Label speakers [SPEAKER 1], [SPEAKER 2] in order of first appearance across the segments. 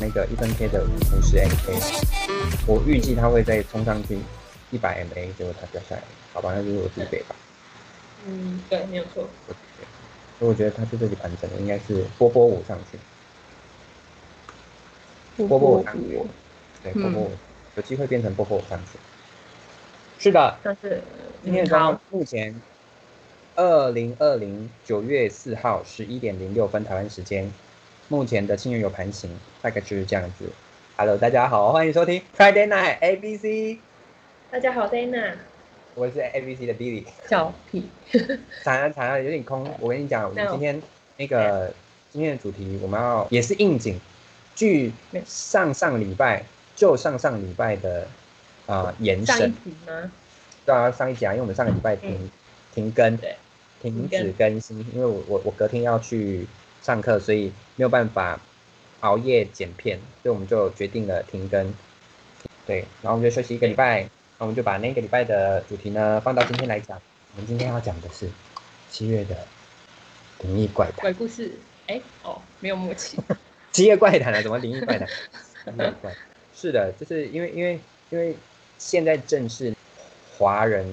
[SPEAKER 1] 那个一分 K 的五十 MK，我预计它会再冲上去一百 MA，结果它掉下来了，好吧，那就是我自己背吧。
[SPEAKER 2] 嗯，对，没有错。
[SPEAKER 1] 所以我觉得它是这里盘整的，应该是波波舞上去，波波舞上去，对，波波舞、有机会变成波波舞上去。是的，
[SPEAKER 2] 但是嗯
[SPEAKER 1] 今天的状况目前二零二零九月四号十一点零六分台湾时间，目前的新月有盘形，大概就是这样子。Hello，大家好，欢迎收听 Friday Night ABC，
[SPEAKER 2] 大家好，Dana，
[SPEAKER 1] 我是 ABC 的 Billy。
[SPEAKER 2] 笑 屁，
[SPEAKER 1] 惨啊惨啊，有点空。我跟你讲，我们
[SPEAKER 2] 那
[SPEAKER 1] 今天那个今天的主题，我们要也是应景，距上上礼拜就上上礼拜的啊、呃延
[SPEAKER 2] 上一
[SPEAKER 1] 伸，
[SPEAKER 2] 集吗？
[SPEAKER 1] 对啊，上一集啊，因为我们上个礼拜停、
[SPEAKER 2] 嗯
[SPEAKER 1] 停更，
[SPEAKER 2] 对，
[SPEAKER 1] 停止更新，因为我我我隔天要去上课，所以没有办法熬夜剪片，所以我们就决定了停更。对，然后我们就休息一个礼拜，然后我们就把那个礼拜的主题呢放到今天来讲。我们今天要讲的是七月的灵异怪谈
[SPEAKER 2] 鬼，故事。哎，哦，没有默契。
[SPEAKER 1] 七月怪谈啊，怎么灵异 怪谈？七夜怪谈是的，就是因为因为因为现在正是华人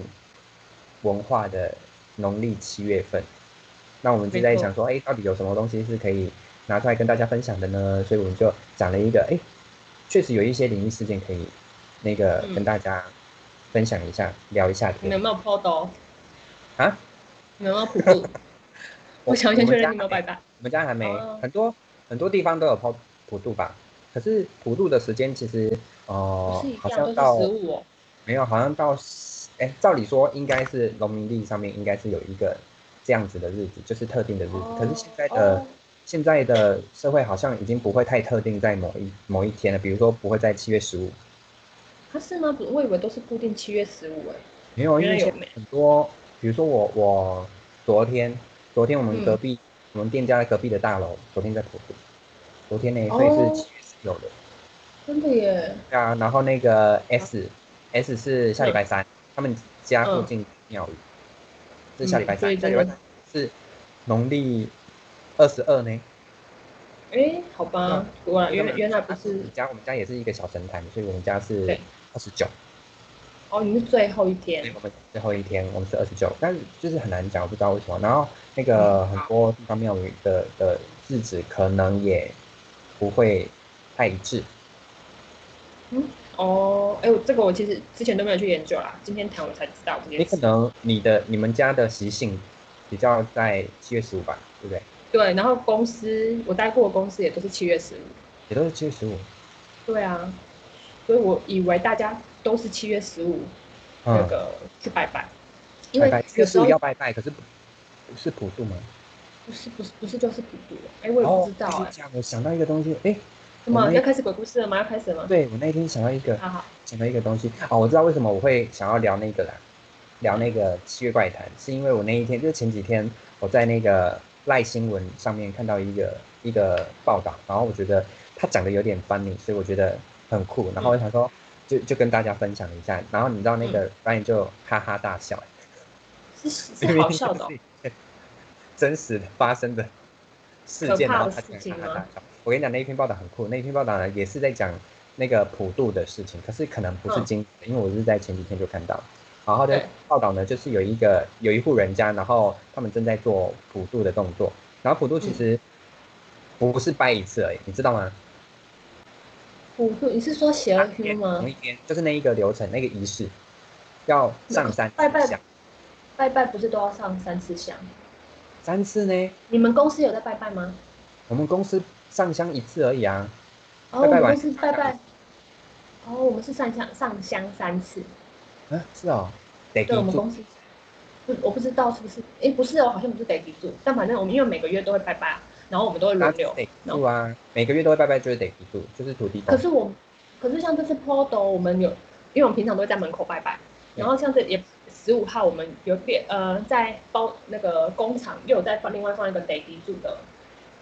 [SPEAKER 1] 文化的农历七月份，那我们就在
[SPEAKER 2] 没错
[SPEAKER 1] 想说，哎、到底有什么东西是可以拿出来跟大家分享的呢？所以我们就讲了一个，哎、确实有一些灵异事件可以那个
[SPEAKER 2] 嗯
[SPEAKER 1] 跟大家分享一下，聊一下
[SPEAKER 2] 你们有
[SPEAKER 1] 天
[SPEAKER 2] 没有 p 到？
[SPEAKER 1] 啊。
[SPEAKER 2] 你们有没有瀑 布？我想先确认你有没有拜
[SPEAKER 1] 拜。
[SPEAKER 2] 拜。
[SPEAKER 1] 我们家哎还没、
[SPEAKER 2] 哦
[SPEAKER 1] 很多很多地方都有泡普渡吧，可是普渡的时间其实
[SPEAKER 2] 不
[SPEAKER 1] 哦、
[SPEAKER 2] 是一样，
[SPEAKER 1] 好
[SPEAKER 2] 都
[SPEAKER 1] 像
[SPEAKER 2] 是
[SPEAKER 1] 到
[SPEAKER 2] 食物哦。
[SPEAKER 1] 没有，好像到哎、照理说应该是农民历上面应该是有一个这样子的日子，就是特定的日子。可是现在的、
[SPEAKER 2] 哦
[SPEAKER 1] 现在的社会好像已经不会太特定在某一某一天了，比如说不会在七月十五，
[SPEAKER 2] 它是吗？不我以为都是固定七月十五哎。
[SPEAKER 1] 没有，因
[SPEAKER 2] 原
[SPEAKER 1] 为
[SPEAKER 2] 来有
[SPEAKER 1] 现在很
[SPEAKER 2] 嗯
[SPEAKER 1] 多，比如说我我昨天昨天我们
[SPEAKER 2] 嗯
[SPEAKER 1] 隔壁、我们店家隔壁的大楼，昨天在普渡，昨天呢，所以
[SPEAKER 2] 哦
[SPEAKER 1] 是七月十六的。
[SPEAKER 2] 真的耶。
[SPEAKER 1] 对啊，然后那个 S、S 是下礼拜
[SPEAKER 2] 嗯
[SPEAKER 1] 三，他们家附近庙宇，是下礼拜
[SPEAKER 2] 嗯
[SPEAKER 1] 三，
[SPEAKER 2] 对
[SPEAKER 1] 下礼拜
[SPEAKER 2] 真的
[SPEAKER 1] 三是农历二十二呢。
[SPEAKER 2] 哎，好吧，果然
[SPEAKER 1] 因
[SPEAKER 2] 原
[SPEAKER 1] 为
[SPEAKER 2] 来原来不是
[SPEAKER 1] 我们家我们家也是一个小神坛，所以我们家是
[SPEAKER 2] 对
[SPEAKER 1] 二十九，
[SPEAKER 2] 哦，你是最后
[SPEAKER 1] 所
[SPEAKER 2] 一
[SPEAKER 1] 以
[SPEAKER 2] 天。
[SPEAKER 1] 我们最后一天我们是二十九，但是就是很难讲，我不知道为什么。然后那
[SPEAKER 2] 嗯
[SPEAKER 1] 个很多地方庙宇的的日子可能也不会太一致，
[SPEAKER 2] 哦，哎，我这个我其实之前都没有去研究啦，今天谈我才知道这
[SPEAKER 1] 也
[SPEAKER 2] 件
[SPEAKER 1] 可
[SPEAKER 2] 事。
[SPEAKER 1] 能你的你们家的习性比较在七月十五吧，对不对？
[SPEAKER 2] 对，然后公司我待过的公司也都是七月十五。
[SPEAKER 1] 也都是七月十五。
[SPEAKER 2] 对啊，所以我以为大家都是七月十五那
[SPEAKER 1] 嗯，
[SPEAKER 2] 个去拜拜，因
[SPEAKER 1] 拜
[SPEAKER 2] 为
[SPEAKER 1] 拜，七
[SPEAKER 2] 有
[SPEAKER 1] 月十
[SPEAKER 2] 时
[SPEAKER 1] 五
[SPEAKER 2] 候
[SPEAKER 1] 要拜拜，可是不不是普渡吗？
[SPEAKER 2] 不是不是不是就是普渡了，哎，我也不知道
[SPEAKER 1] 哦我跟
[SPEAKER 2] 哎
[SPEAKER 1] 你，讲，我想到一个东西，哎，
[SPEAKER 2] 怎么
[SPEAKER 1] 我
[SPEAKER 2] 要
[SPEAKER 1] 那
[SPEAKER 2] 开始鬼故事了吗？要开始了吗？
[SPEAKER 1] 对我那一天想到一个，
[SPEAKER 2] 好 好，
[SPEAKER 1] 想到一个东西啊、我知道为什么我会想要聊那个啦，聊那个七月怪谈，是因为我那一天就是前几天我在那个赖新闻上面看到一个一个报道，然后我觉得他讲的有点 funny，所以我觉得很酷，然后我想说、就就跟大家分享一下，然后你知道那
[SPEAKER 2] 嗯
[SPEAKER 1] 个 Ryan 就哈哈大笑、欸
[SPEAKER 2] 是是好笑 的哦，
[SPEAKER 1] 真实发生的事件，然
[SPEAKER 2] 可怕
[SPEAKER 1] 后
[SPEAKER 2] 的
[SPEAKER 1] 他讲
[SPEAKER 2] 事情
[SPEAKER 1] 他
[SPEAKER 2] 吗
[SPEAKER 1] 大笑。我跟你讲，那一篇报道很酷，那一篇报道呢也是在讲那个普渡的事情，可是可能不是
[SPEAKER 2] 嗯
[SPEAKER 1] 今天，因为我是在前几天就看到。然后的
[SPEAKER 2] 对
[SPEAKER 1] 报道呢，就是有一个有一户人家，然后他们正在做普渡的动作，然后普渡其实
[SPEAKER 2] 嗯
[SPEAKER 1] 不是拜一次而已，你知道吗？
[SPEAKER 2] 普渡，你是说邪恶 Q 吗
[SPEAKER 1] 同？一天就是那一个流程，那个仪式要上山
[SPEAKER 2] 拜拜
[SPEAKER 1] 下
[SPEAKER 2] 拜拜不是都要上三次香？
[SPEAKER 1] 三次呢。
[SPEAKER 2] 你们公司有在拜拜吗？
[SPEAKER 1] 我们公司上香一次而已啊，
[SPEAKER 2] 哦，
[SPEAKER 1] 拜
[SPEAKER 2] 我
[SPEAKER 1] 拜
[SPEAKER 2] 们
[SPEAKER 1] 完
[SPEAKER 2] 公司拜拜，哦，我们是上香上香三次，
[SPEAKER 1] 啊，是哦，得
[SPEAKER 2] 对我
[SPEAKER 1] 记
[SPEAKER 2] 们
[SPEAKER 1] 住
[SPEAKER 2] 公司。不，我不知道是不是，哎，不是哦，好像不是得记住，但反正我们因为每个月都会拜拜啊，然后我们都会
[SPEAKER 1] 大
[SPEAKER 2] 轮
[SPEAKER 1] 家
[SPEAKER 2] 流
[SPEAKER 1] 得记，
[SPEAKER 2] 然
[SPEAKER 1] 住
[SPEAKER 2] 后
[SPEAKER 1] 啊，每个月都会拜拜，就是得记住，就是土地公
[SPEAKER 2] 可。是我，可是像这次 PODO，我们有，因为我们平常都会在门口拜拜，
[SPEAKER 1] 对
[SPEAKER 2] 然后像这也十五号，我们有点呃，在包那个工厂又有在放另外放一个 Daddy 住的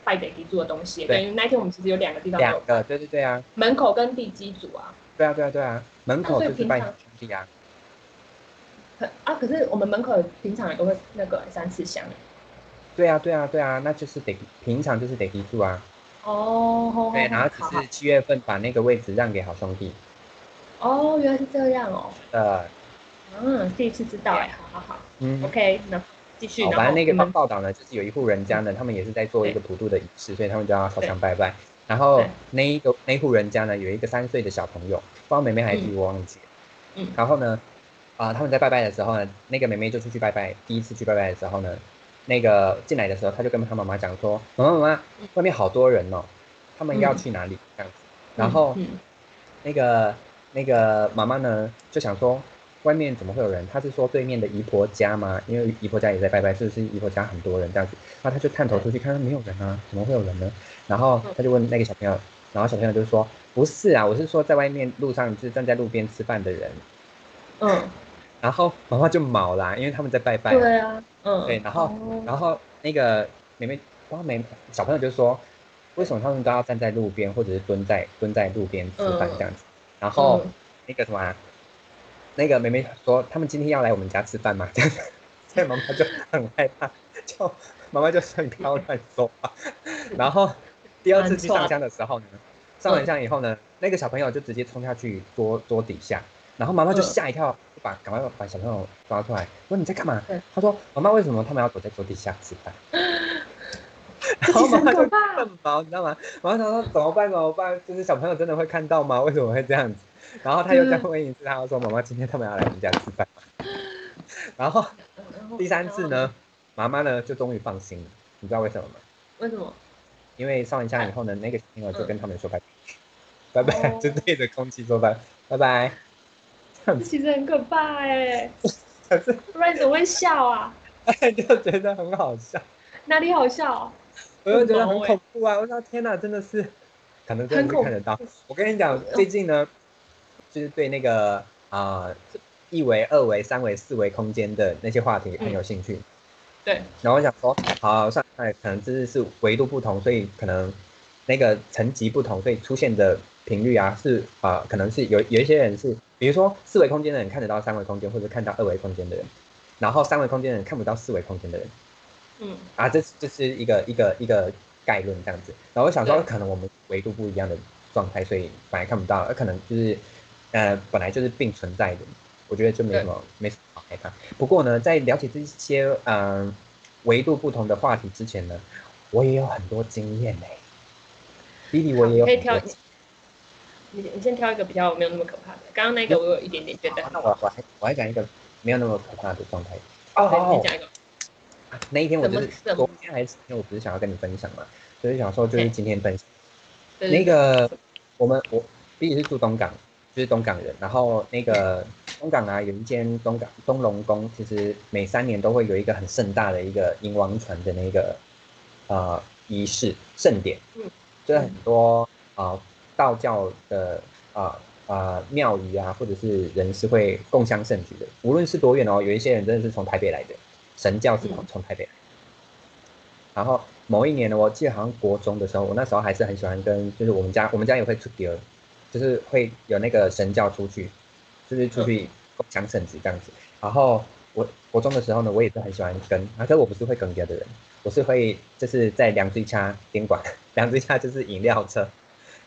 [SPEAKER 2] 拜 Daddy 住的东西，
[SPEAKER 1] 对
[SPEAKER 2] 等于那一天我们其实有两个地方都有
[SPEAKER 1] 两个，对对对啊，
[SPEAKER 2] 门口跟地基组啊，
[SPEAKER 1] 对啊对啊对啊，门口就是拜兄弟啊，
[SPEAKER 2] 可啊，可是我们门口平常也都会那个三次香
[SPEAKER 1] 对啊对啊对啊，那就是得平常就是得记住啊，
[SPEAKER 2] 哦，好
[SPEAKER 1] 对，然后
[SPEAKER 2] 好
[SPEAKER 1] 只
[SPEAKER 2] 好
[SPEAKER 1] 是七月份把那个位置让给好兄弟。
[SPEAKER 2] 哦，原来是这样哦，
[SPEAKER 1] 呃，
[SPEAKER 2] 嗯，第一次知道哎，好好好
[SPEAKER 1] 啊嗯，
[SPEAKER 2] ，OK，那继续，
[SPEAKER 1] 好，哦
[SPEAKER 2] 然
[SPEAKER 1] 反正
[SPEAKER 2] 后
[SPEAKER 1] 那个
[SPEAKER 2] 你
[SPEAKER 1] 报
[SPEAKER 2] 们
[SPEAKER 1] 报道呢，就是有一户人家呢，他们也是在做一个普渡的仪式，所以他们就要烧香拜拜。然后
[SPEAKER 2] 对
[SPEAKER 1] 那一个那一户人家呢，有一个三岁的小朋友，不知道妹妹还是弟弟我忘记了。
[SPEAKER 2] 嗯
[SPEAKER 1] 然后呢，啊、他们在拜拜的时候呢，那个妹妹就出去拜拜，第一次去拜拜的时候呢，那个进来的时候，她就跟她妈妈讲说：“妈妈妈妈
[SPEAKER 2] 嗯，
[SPEAKER 1] 外面好多人哦，他们要
[SPEAKER 2] 嗯
[SPEAKER 1] 去哪里？”这样子。然后
[SPEAKER 2] 嗯嗯
[SPEAKER 1] 那个那个妈妈呢，就想说外面怎么会有人？她是说对面的姨婆家吗？因为姨婆家也在拜拜，是不是姨婆家很多人这样子？然后她就探头出去看，没有人啊，怎么会有人呢？然后
[SPEAKER 2] 嗯
[SPEAKER 1] 她就问那个小朋友，然后小朋友就说不是啊，我是说在外面路上就是站在路边吃饭的人。
[SPEAKER 2] 嗯，
[SPEAKER 1] 然后妈妈就毛啦，因为他们在拜拜啊。
[SPEAKER 2] 对啊，嗯，
[SPEAKER 1] 对然后
[SPEAKER 2] 哦
[SPEAKER 1] 然后那个妹妹，不知道妹小朋友就说，为什么他们都要站在路边，或者是蹲在蹲在路边吃饭这样子？然后
[SPEAKER 2] 嗯
[SPEAKER 1] 那个什么啊、那个妹妹说，他们今天要来我们家吃饭吗？这 样子，所以妈妈就很害怕，就妈妈就说你不要乱说话。然后第二次去上香的时候呢，上完香以后呢，那个小朋友就直接冲下去桌桌底下，然后妈妈就
[SPEAKER 2] 嗯
[SPEAKER 1] 吓一跳，就把赶快把小朋友抓出来，问你在干嘛
[SPEAKER 2] 对？
[SPEAKER 1] 他说妈妈为什么他们要躲在桌底下吃饭？ 然
[SPEAKER 2] 这
[SPEAKER 1] 后
[SPEAKER 2] 其实
[SPEAKER 1] 妈妈
[SPEAKER 2] 很
[SPEAKER 1] 就
[SPEAKER 2] 可怕，
[SPEAKER 1] 更毛，你知道吗？妈妈想说怎么办怎么办？就是小朋友真的会看到吗？为什么会这样子？然后他又再问一次，他又说妈妈今天他们要来我们家吃饭吗。 然后
[SPEAKER 2] 嗯然后
[SPEAKER 1] 第三次呢，，妈妈呢就终于放心了，你知道为什么吗？
[SPEAKER 2] 为什么？
[SPEAKER 1] 因为上完香以后呢，那个小朋友就跟他们说拜拜，拜拜，
[SPEAKER 2] 哦
[SPEAKER 1] 就对着空气说拜拜拜。 这样
[SPEAKER 2] 这
[SPEAKER 1] 子，
[SPEAKER 2] 其实很可怕哎，
[SPEAKER 1] 可是
[SPEAKER 2] 不然怎么会笑啊？
[SPEAKER 1] 就觉得很好笑，
[SPEAKER 2] 哪里好笑？啊
[SPEAKER 1] 我就觉得很恐怖啊！我说天哪，真的是，可能真的是看得到
[SPEAKER 2] 很恐。
[SPEAKER 1] 我跟你讲，最近呢，就是对那个啊、呃一维、二维、三维、四维空间的那些话题很有兴趣。
[SPEAKER 2] 对，
[SPEAKER 1] 然后我想说，好，算了，可能这是维度不同，所以可能那个层级不同，所以出现的频率啊是啊、呃可能是有有一些人是，比如说四维空间的人看得到三维空间，或者看到二维空间的人，然后三维空间的人看不到四维空间的人
[SPEAKER 2] 嗯，
[SPEAKER 1] 啊，这是这是一个一个一个概论这样子。然后我想说，
[SPEAKER 2] 对
[SPEAKER 1] 可能我们维度不一样的状态，所以本来看不到，呃可能就是呃本来就是并存在的，我觉得就没什么没什么好害怕。不过呢，在了解这些嗯、呃维度不同的话题之前呢，我也有很多经验呢、弟弟，我也有
[SPEAKER 2] 好可以
[SPEAKER 1] 很
[SPEAKER 2] 挑
[SPEAKER 1] 多
[SPEAKER 2] 你，你你先挑一个比较没有那么可怕的。刚刚那个我有一点点觉得
[SPEAKER 1] 好啊
[SPEAKER 2] 很
[SPEAKER 1] 那我我还我还讲一个没有那么可怕的状态。哦
[SPEAKER 2] 好，你先讲一个，
[SPEAKER 1] 那一天我
[SPEAKER 2] 怎
[SPEAKER 1] 就
[SPEAKER 2] 么
[SPEAKER 1] 是
[SPEAKER 2] 哦怎么
[SPEAKER 1] 昨天还是因为我不是想要跟你分享嘛，所以想说就是
[SPEAKER 2] 对
[SPEAKER 1] 今天分享。
[SPEAKER 2] 对
[SPEAKER 1] 那
[SPEAKER 2] 对对
[SPEAKER 1] 个我们我弟弟是住东港，就是东港人。然后那
[SPEAKER 2] 嗯
[SPEAKER 1] 个东港啊，有一间东港东龙宫，其实每三年都会有一个很盛大的一个迎王船的那个呃仪式盛典，
[SPEAKER 2] 嗯，
[SPEAKER 1] 就是很多啊、呃道教的啊。呃啊，庙宇啊，或者是人是会共襄盛举的，无论是多远哦，有一些人真的是从台北来的，神教是从
[SPEAKER 2] 嗯
[SPEAKER 1] 从台北来的。然后某一年呢，我记得好像国中的时候，我那时候还是很喜欢跟，就是我们家我们家也会出碟，就是会有那个神教出去，就是出
[SPEAKER 2] 嗯
[SPEAKER 1] 去共享圣旨这样子。然后我国中的时候呢，我也是很喜欢跟，啊，可是我不是会跟碟的人，我是会就是在两只掐宾馆， 两只掐就是饮料车，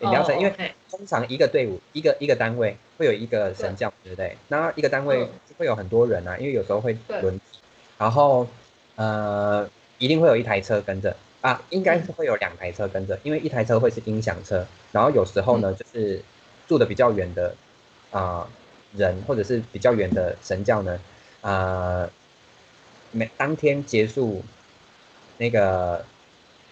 [SPEAKER 1] 饮料车，
[SPEAKER 2] 哦
[SPEAKER 1] 因为
[SPEAKER 2] 哦嘿
[SPEAKER 1] 通常一个队伍，一个一个单位会有一个神教，对不对？然后一个单位
[SPEAKER 2] 嗯
[SPEAKER 1] 就会有很多人啊，因为有时候会
[SPEAKER 2] 对
[SPEAKER 1] 轮，然后呃，一定会有一台车跟着啊，应该是会有两台车跟着，因为一台车会是音响车，然后有时候呢，就是住的比较远的啊、人，或者是比较远的神教呢，啊，每当天结束那个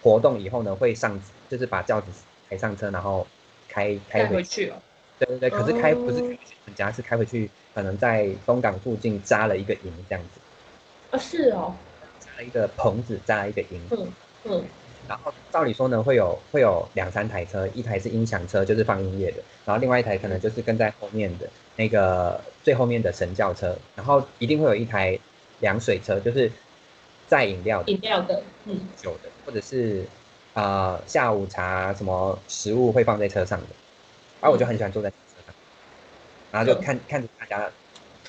[SPEAKER 1] 活动以后呢，会上就是把轿子抬上车，然后开开
[SPEAKER 2] 带
[SPEAKER 1] 回
[SPEAKER 2] 回去哦了。
[SPEAKER 1] 对对对，可是开不是
[SPEAKER 2] 哦
[SPEAKER 1] 开回去本家，是开回去，可能在东港附近扎了一个营这样子，
[SPEAKER 2] 啊，是哦，
[SPEAKER 1] 扎了一个棚子，扎了一个营。
[SPEAKER 2] 嗯嗯
[SPEAKER 1] 然后照理说呢，会有会有两三台车，一台是音响车，就是放音乐的，然后另外一台可能就是跟在后面的那个最后面的神轿车，然后一定会有一台凉水车，就是载饮料的
[SPEAKER 2] 饮料的，嗯
[SPEAKER 1] 酒的，或者是啊、呃下午茶什么食物会放在车上的，啊，我就很喜欢坐在车上，然后就
[SPEAKER 2] 嗯
[SPEAKER 1] 看看着大家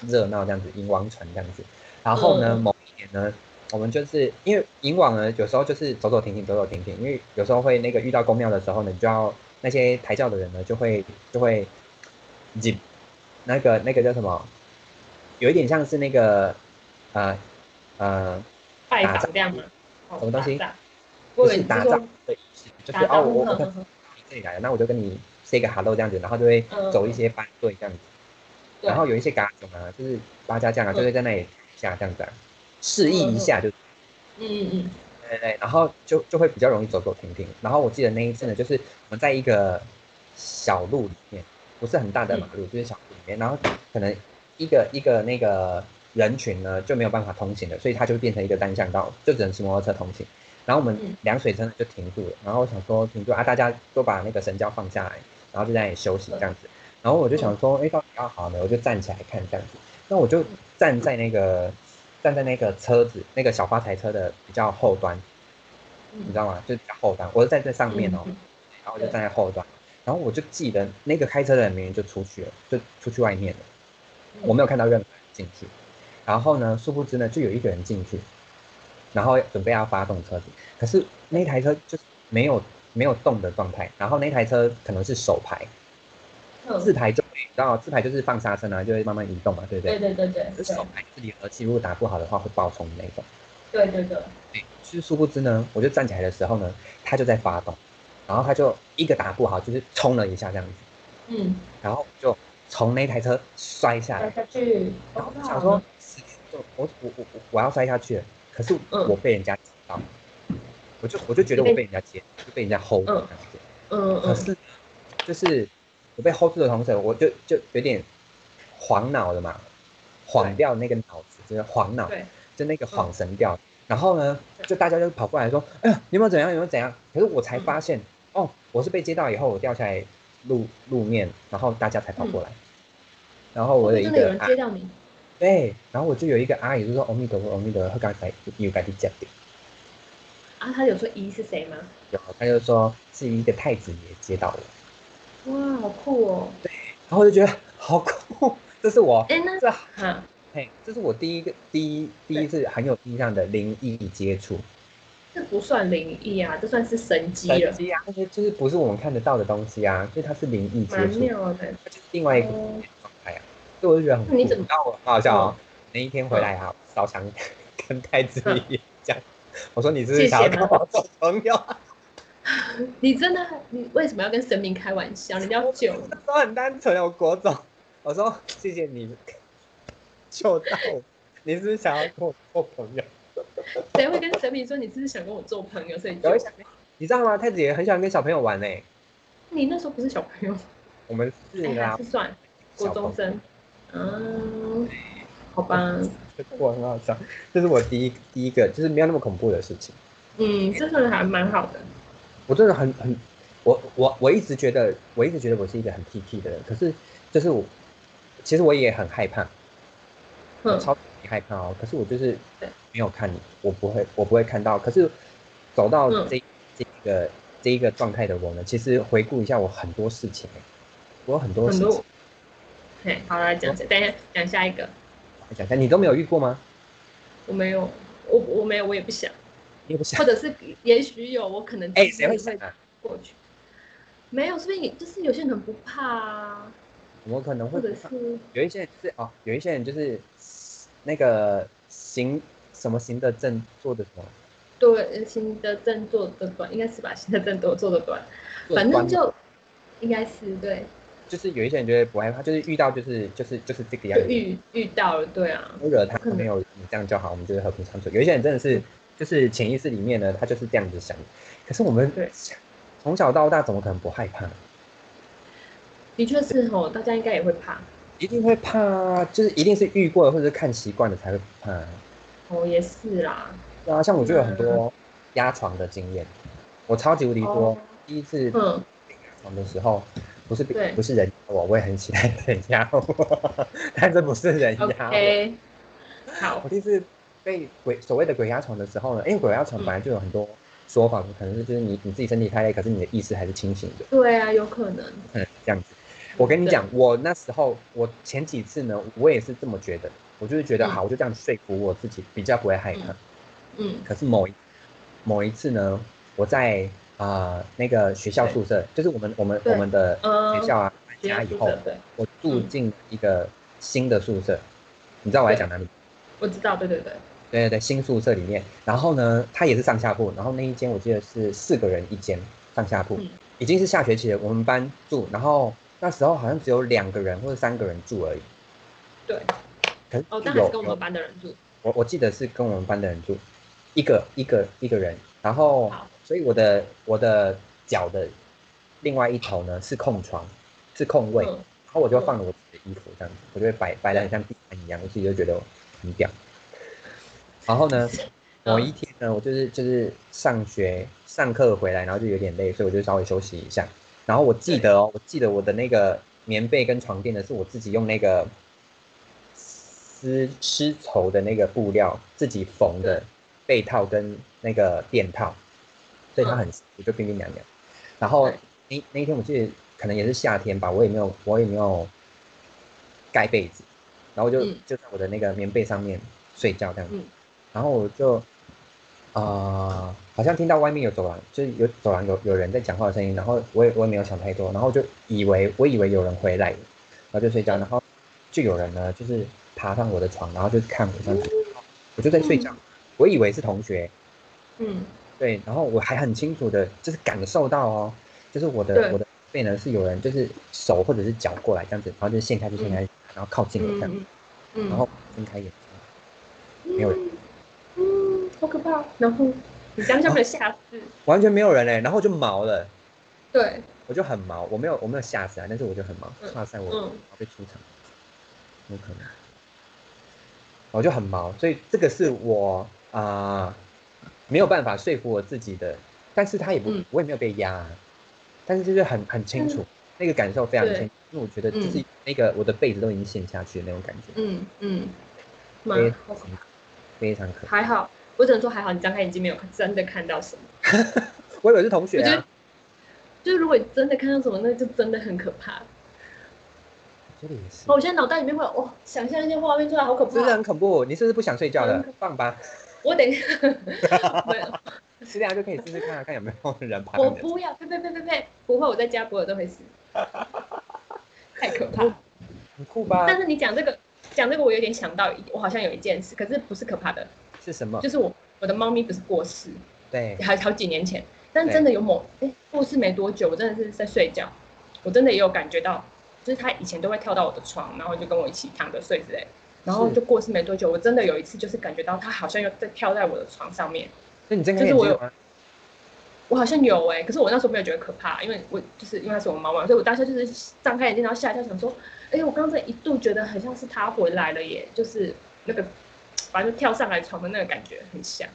[SPEAKER 1] 热闹这样子，迎王船这样子。然后呢，
[SPEAKER 2] 嗯
[SPEAKER 1] 某一年呢，我们就是因为银网呢，有时候就是走走停停，走走停停，因为有时候会那个遇到公庙的时候呢，你就要那些抬轿的人呢，就会就会紧那个那个叫什么，有一点像是那个呃呃
[SPEAKER 2] 拜访这样吗？哦
[SPEAKER 1] 什么东西
[SPEAKER 2] 打仗
[SPEAKER 1] 不
[SPEAKER 2] 我以为
[SPEAKER 1] 是
[SPEAKER 2] 你
[SPEAKER 1] 打
[SPEAKER 2] 说
[SPEAKER 1] 仗的意思，就是
[SPEAKER 2] 打
[SPEAKER 1] 哦，
[SPEAKER 2] 仗嗯
[SPEAKER 1] 我我
[SPEAKER 2] 呵
[SPEAKER 1] 可
[SPEAKER 2] 呵
[SPEAKER 1] 能
[SPEAKER 2] 呵
[SPEAKER 1] 你这里来了，那我就跟你 say 个 hello 这样子，然后就会
[SPEAKER 2] 嗯
[SPEAKER 1] 走一些班队这样子，
[SPEAKER 2] 对
[SPEAKER 1] 然后有一些嘎种啊，就是八家将啊，
[SPEAKER 2] 嗯
[SPEAKER 1] 就会在那里一下这样子啊，示意一下就
[SPEAKER 2] 嗯嗯嗯，
[SPEAKER 1] 对对对，然后就就会比较容易走走停停。然后我记得那一次呢，就是我们在一个小路里面，不是很大的马路，就是小路里面，然后可能一个一个那个人群呢就没有办法通行了，所以它就变成一个单向道，就只能骑摩托车通行。然后我们
[SPEAKER 2] 嗯
[SPEAKER 1] 凉水车呢就停住了，然后我想说停住啊，大家都把那个神交放下来，然后就在那里休息这样子。然后我就想说，哎、到底要好呢？我就站起来看这样子。那我就站在那个站在那个车子那个小发财车的比较后端，
[SPEAKER 2] 嗯
[SPEAKER 1] 你知道吗？就比较后端，我是站在上面哦，
[SPEAKER 2] 嗯
[SPEAKER 1] 然后我就站在后端，然后我就记得那个开车的人明明就出去了，就出去外面了，
[SPEAKER 2] 嗯
[SPEAKER 1] 我没有看到任何人进去。然后呢，殊不知呢，就有一个人进去，然后准备要发动车子，可是那台车就是没有没有动的状态，然后那台车可能是手排，
[SPEAKER 2] 嗯
[SPEAKER 1] 自排就会，你知道自排就是放刹车啊，就会慢慢移动嘛，对不
[SPEAKER 2] 对
[SPEAKER 1] 对？
[SPEAKER 2] 对对对
[SPEAKER 1] 这手排自己和气，如果打不好的话会爆冲的那种。
[SPEAKER 2] 对对对，
[SPEAKER 1] 就是殊不知呢，我就站起来的时候呢，他就在发动，然后他就一个打不好，就是冲了一下这样子，
[SPEAKER 2] 嗯，
[SPEAKER 1] 然后就从那台车摔下
[SPEAKER 2] 摔
[SPEAKER 1] 来，
[SPEAKER 2] 下去，
[SPEAKER 1] 然后我想说，死定了就我我我我我要摔下去了，可是
[SPEAKER 2] 嗯
[SPEAKER 1] 我被人家挤到，我就我就觉得我被人家接，就被人家 hold 住这
[SPEAKER 2] 嗯
[SPEAKER 1] 样子，
[SPEAKER 2] 嗯
[SPEAKER 1] 可
[SPEAKER 2] 嗯
[SPEAKER 1] 是就是我被 hold 住的同时，我就就有点晃脑了嘛，晃掉那个脑子，就是晃脑，
[SPEAKER 2] 对，
[SPEAKER 1] 就那个恍神
[SPEAKER 2] 嗯
[SPEAKER 1] 掉。然后呢，就大家就跑过来说：“哎呀，你有没有怎样？有没有怎样？”可是我才发现，哦，我是被接到以后，我掉下来路路面，然后大家才跑过来。
[SPEAKER 2] 嗯
[SPEAKER 1] 然后我的一
[SPEAKER 2] 哦真的有
[SPEAKER 1] 个
[SPEAKER 2] 人
[SPEAKER 1] 阿
[SPEAKER 2] 接到你，
[SPEAKER 1] 对，然后我就有一个阿姨就说：“哦阿弥陀佛，阿弥陀佛，他刚才有赶紧讲的。
[SPEAKER 2] 啊，他有说姨是谁吗？”
[SPEAKER 1] 然后他就说是一个太子爷接到我，
[SPEAKER 2] 哇，好酷哦！
[SPEAKER 1] 然后我就觉得好酷， 这是我
[SPEAKER 2] 哎，那
[SPEAKER 1] 这
[SPEAKER 2] 哈，
[SPEAKER 1] 嘿，这是我第一个第一第一次很有印象的灵异接触。
[SPEAKER 2] 这不算灵异啊，这算是神机
[SPEAKER 1] 神
[SPEAKER 2] 了，
[SPEAKER 1] 机啊，那些就是不是我们看得到的东西啊，所以它是灵异接
[SPEAKER 2] 蛮
[SPEAKER 1] 触，
[SPEAKER 2] 妙的。
[SPEAKER 1] 它就是另外一个
[SPEAKER 2] 哦
[SPEAKER 1] 状态啊，所以我就觉得很酷。
[SPEAKER 2] 那你怎么
[SPEAKER 1] 然后我很好笑哦，那一天回来啊，烧香跟太子爷讲，我说你是不是
[SPEAKER 2] 嗯谢谢
[SPEAKER 1] 想要
[SPEAKER 2] 吗
[SPEAKER 1] 跟我做朋友？
[SPEAKER 2] 你真的很，你为什么要跟神明开玩笑？人家要救你，
[SPEAKER 1] 都很单纯，我国总，我说谢谢你救到我，你是不是想要跟我做朋友？
[SPEAKER 2] 谁会跟神明说你是不是想跟我做朋友？所以救
[SPEAKER 1] 有一
[SPEAKER 2] 我
[SPEAKER 1] 想你知道吗？太子爷很喜欢跟小朋友玩呢、欸
[SPEAKER 2] 你那时候不是小朋友，
[SPEAKER 1] 我们是啊
[SPEAKER 2] 哎，
[SPEAKER 1] 啦
[SPEAKER 2] 还是，算国
[SPEAKER 1] 小
[SPEAKER 2] 中
[SPEAKER 1] 朋友
[SPEAKER 2] 生，嗯，好吧，
[SPEAKER 1] 我很好笑，这是我第一第一个，就是没有那么恐怖的事情。
[SPEAKER 2] 嗯，这算还蛮好的，
[SPEAKER 1] 我真的很很，我我我一直觉得，我一直觉得我是一个很 T T 的人，可是就是我，其实我也很害怕，我
[SPEAKER 2] 哼，
[SPEAKER 1] 超级害怕哦。可是我就是
[SPEAKER 2] 对
[SPEAKER 1] 没有看你，我不会，我不会看到。可是走到
[SPEAKER 2] 嗯
[SPEAKER 1] 这、这个这一个状态的我呢，其实回顾一下我很多事情，欸我有很多事情
[SPEAKER 2] 很多，嘿，好来讲，等一下讲下一个，
[SPEAKER 1] 讲一下，你都没有遇过吗？
[SPEAKER 2] 我没有，我我没有，我也不想，
[SPEAKER 1] 你也不 想
[SPEAKER 2] 或？者是也许有，我可能
[SPEAKER 1] 哎、
[SPEAKER 2] 自己
[SPEAKER 1] 谁会想啊？
[SPEAKER 2] 过去，没有，所以就是有些人很不怕啊，
[SPEAKER 1] 怎么可能会
[SPEAKER 2] 或
[SPEAKER 1] 不
[SPEAKER 2] 者
[SPEAKER 1] 怕？
[SPEAKER 2] 是
[SPEAKER 1] 有一些人是哦，有一些人就是那个行什么行的正做的什么，
[SPEAKER 2] 对呃新的症做的短，应该是把新的症都做的短，
[SPEAKER 1] 做
[SPEAKER 2] 反
[SPEAKER 1] 官
[SPEAKER 2] 正
[SPEAKER 1] 的
[SPEAKER 2] 就应该是对，
[SPEAKER 1] 就是有一些人觉得不害怕，就是遇到就是就是就是这个样
[SPEAKER 2] 就
[SPEAKER 1] 子，
[SPEAKER 2] 遇遇到了，对啊，
[SPEAKER 1] 不惹他
[SPEAKER 2] 可能
[SPEAKER 1] 没有你这样就好，我们就是和平相处。有一些人真的
[SPEAKER 2] 嗯
[SPEAKER 1] 是就是潜意识里面呢，他就是这样子想。可是我们
[SPEAKER 2] 对
[SPEAKER 1] 从小到大怎么可能不害怕？
[SPEAKER 2] 的确是吼，大家应该也会怕，
[SPEAKER 1] 一定会怕啊，就是一定是遇过的或者是看习惯的才会不怕啊。
[SPEAKER 2] 哦，也是啦，
[SPEAKER 1] 对啊，像我就有很多压床的经验，我超级无敌多。
[SPEAKER 2] 嗯哦
[SPEAKER 1] 第一次
[SPEAKER 2] 嗯。
[SPEAKER 1] 床的时候，不是
[SPEAKER 2] 对
[SPEAKER 1] 不是人压我，我也很期待人压我， 但这不是人压我。
[SPEAKER 2] OK，好
[SPEAKER 1] 我，第一次被鬼所谓的鬼压床的时候呢，因为鬼压床本来就有很多说法，可能是就是你你自己身体太累，可是你的意识还是清醒的，
[SPEAKER 2] 对啊，有可能。
[SPEAKER 1] 可能是这样子。我跟你讲，我那时候我前几次呢，我也是这么觉得，我就是觉得
[SPEAKER 2] 嗯
[SPEAKER 1] 好，我就这样说服我自己，比较不会害怕。
[SPEAKER 2] 嗯
[SPEAKER 1] 可是某一某一次呢，我在啊、呃那个学校
[SPEAKER 2] 对
[SPEAKER 1] 宿舍，就是我们我们
[SPEAKER 2] 对
[SPEAKER 1] 我们的
[SPEAKER 2] 嗯，
[SPEAKER 1] 学校啊搬
[SPEAKER 2] 学
[SPEAKER 1] 家
[SPEAKER 2] 校
[SPEAKER 1] 以
[SPEAKER 2] 宿
[SPEAKER 1] 后
[SPEAKER 2] 舍，对，
[SPEAKER 1] 我住
[SPEAKER 2] 嗯
[SPEAKER 1] 进一个新的宿舍，你知道我在讲哪里？
[SPEAKER 2] 我知道，对对对，
[SPEAKER 1] 对对对，新宿舍里面。然后呢，它也是上下铺，然后那一间我记得是四个人一间上下铺，
[SPEAKER 2] 嗯
[SPEAKER 1] 已经是下学期了，我们班住，然后那时候好像只有两个人或者三个人住而已。
[SPEAKER 2] 对，
[SPEAKER 1] 可是
[SPEAKER 2] 哦，但还
[SPEAKER 1] 有
[SPEAKER 2] 是跟我
[SPEAKER 1] 有
[SPEAKER 2] 们班的人住，
[SPEAKER 1] 我我记得是跟我们班的人住，一个一个一个人，然后
[SPEAKER 2] 好
[SPEAKER 1] 所以我的我的脚的另外一头呢是空床，是空位，
[SPEAKER 2] 嗯，
[SPEAKER 1] 然后我就放了我自己的衣服这样子，我就会摆摆的很像地毯一样，我自己就觉得我很屌。然后呢，某一天呢，我就是就是上学上课回来，然后就有点累，所以我就稍微休息一下。然后我记得哦，我记得我的那个棉被跟床垫呢，是我自己用那个丝丝绸的那个布料自己缝的被套跟那个垫套，所以它很舒服，就冰冰凉凉。然后
[SPEAKER 2] 对
[SPEAKER 1] 那那一天我记得可能也是夏天吧，我也没有我也没有盖被子，然后就、
[SPEAKER 2] 嗯
[SPEAKER 1] 就在我的那个棉被上面睡觉这样子。
[SPEAKER 2] 嗯
[SPEAKER 1] 然后我就啊、呃好像听到外面有走廊，就是有走廊有有人在讲话的声音，然后我也我也没有想太多，然后就以为我以为有人回来了，然后就睡觉，然后就有人呢就是爬上我的床，然后就看我这样子，我就在睡觉，我以为是同学，
[SPEAKER 2] 嗯，
[SPEAKER 1] 对，然后我还很清楚的，就是感受到哦，就是我的
[SPEAKER 2] 对
[SPEAKER 1] 我的背呢是有人就是手或者是脚过来这样子，然后就陷下去陷下去，然后靠近我这样，
[SPEAKER 2] 嗯嗯，
[SPEAKER 1] 然后睁开眼睛，没有人
[SPEAKER 2] 人，嗯，好可怕。然后你当下没有吓死，
[SPEAKER 1] 完全没有人嘞、然后就毛了。
[SPEAKER 2] 对，
[SPEAKER 1] 我就很毛，我没有我没有吓死啊，但是我就很毛，
[SPEAKER 2] 嗯
[SPEAKER 1] 吓死我，
[SPEAKER 2] 嗯
[SPEAKER 1] 我要被出场，有可能，我就很毛，所以这个是我啊、呃没有办法说服我自己的，但是他也不，
[SPEAKER 2] 嗯
[SPEAKER 1] 我也没有被压、啊，但是就是很很清楚、那个感受非常
[SPEAKER 2] 对
[SPEAKER 1] 清楚，因为我觉得就
[SPEAKER 2] 嗯
[SPEAKER 1] 是那个、我的被子都已经陷下去的那种感觉，
[SPEAKER 2] 嗯嗯，蛮
[SPEAKER 1] 非
[SPEAKER 2] 好可
[SPEAKER 1] 常非常可怕，
[SPEAKER 2] 怕。还好，我只能说还好，你张开眼睛没有真的看到什么。
[SPEAKER 1] 我以为是同学
[SPEAKER 2] 我觉
[SPEAKER 1] 啊
[SPEAKER 2] 得，就是如果你真的看到什么，那就真的很可怕。
[SPEAKER 1] 这里也是
[SPEAKER 2] 哦，。我现在脑袋里面会有哇、想象一些画面出来，好可
[SPEAKER 1] 是不是
[SPEAKER 2] 怕
[SPEAKER 1] 很。恐怖？你是不是不想睡觉了
[SPEAKER 2] 真？
[SPEAKER 1] 放吧，
[SPEAKER 2] 我等一下，没有，
[SPEAKER 1] 这样就可以试试看啊，看有没有人爬
[SPEAKER 2] 我
[SPEAKER 1] 上你的
[SPEAKER 2] 不要，呸呸呸呸呸，不会，我在家不会，我都会死。太可怕了。
[SPEAKER 1] 很酷吧？
[SPEAKER 2] 但是你讲这个，讲这个，我有点想到一，我好像有一件事，可是不是可怕的，
[SPEAKER 1] 是什么？
[SPEAKER 2] 就是我我的猫咪不是过世，
[SPEAKER 1] 对，
[SPEAKER 2] 好好几年前，但真的有某哎、过世没多久，我真的是在睡觉，我真的也有感觉到，就是它以前都会跳到我的床，然后就跟我一起躺着睡之类，然后
[SPEAKER 1] 是
[SPEAKER 2] 就过世没多久，我真的有一次就是感觉到它好像又在跳在我的床上面，
[SPEAKER 1] 那你睁开
[SPEAKER 2] 就是
[SPEAKER 1] 眼
[SPEAKER 2] 我
[SPEAKER 1] 睛
[SPEAKER 2] 有
[SPEAKER 1] 吗？
[SPEAKER 2] 我好像有哎、可是我那时候没有觉得可怕，因为我就是因为它是我妈妈，所以我当下就是张开眼睛，然后吓一跳，想说，哎、我刚才一度觉得很像是它回来了耶，就是那个反正跳上来床的那个感觉很像，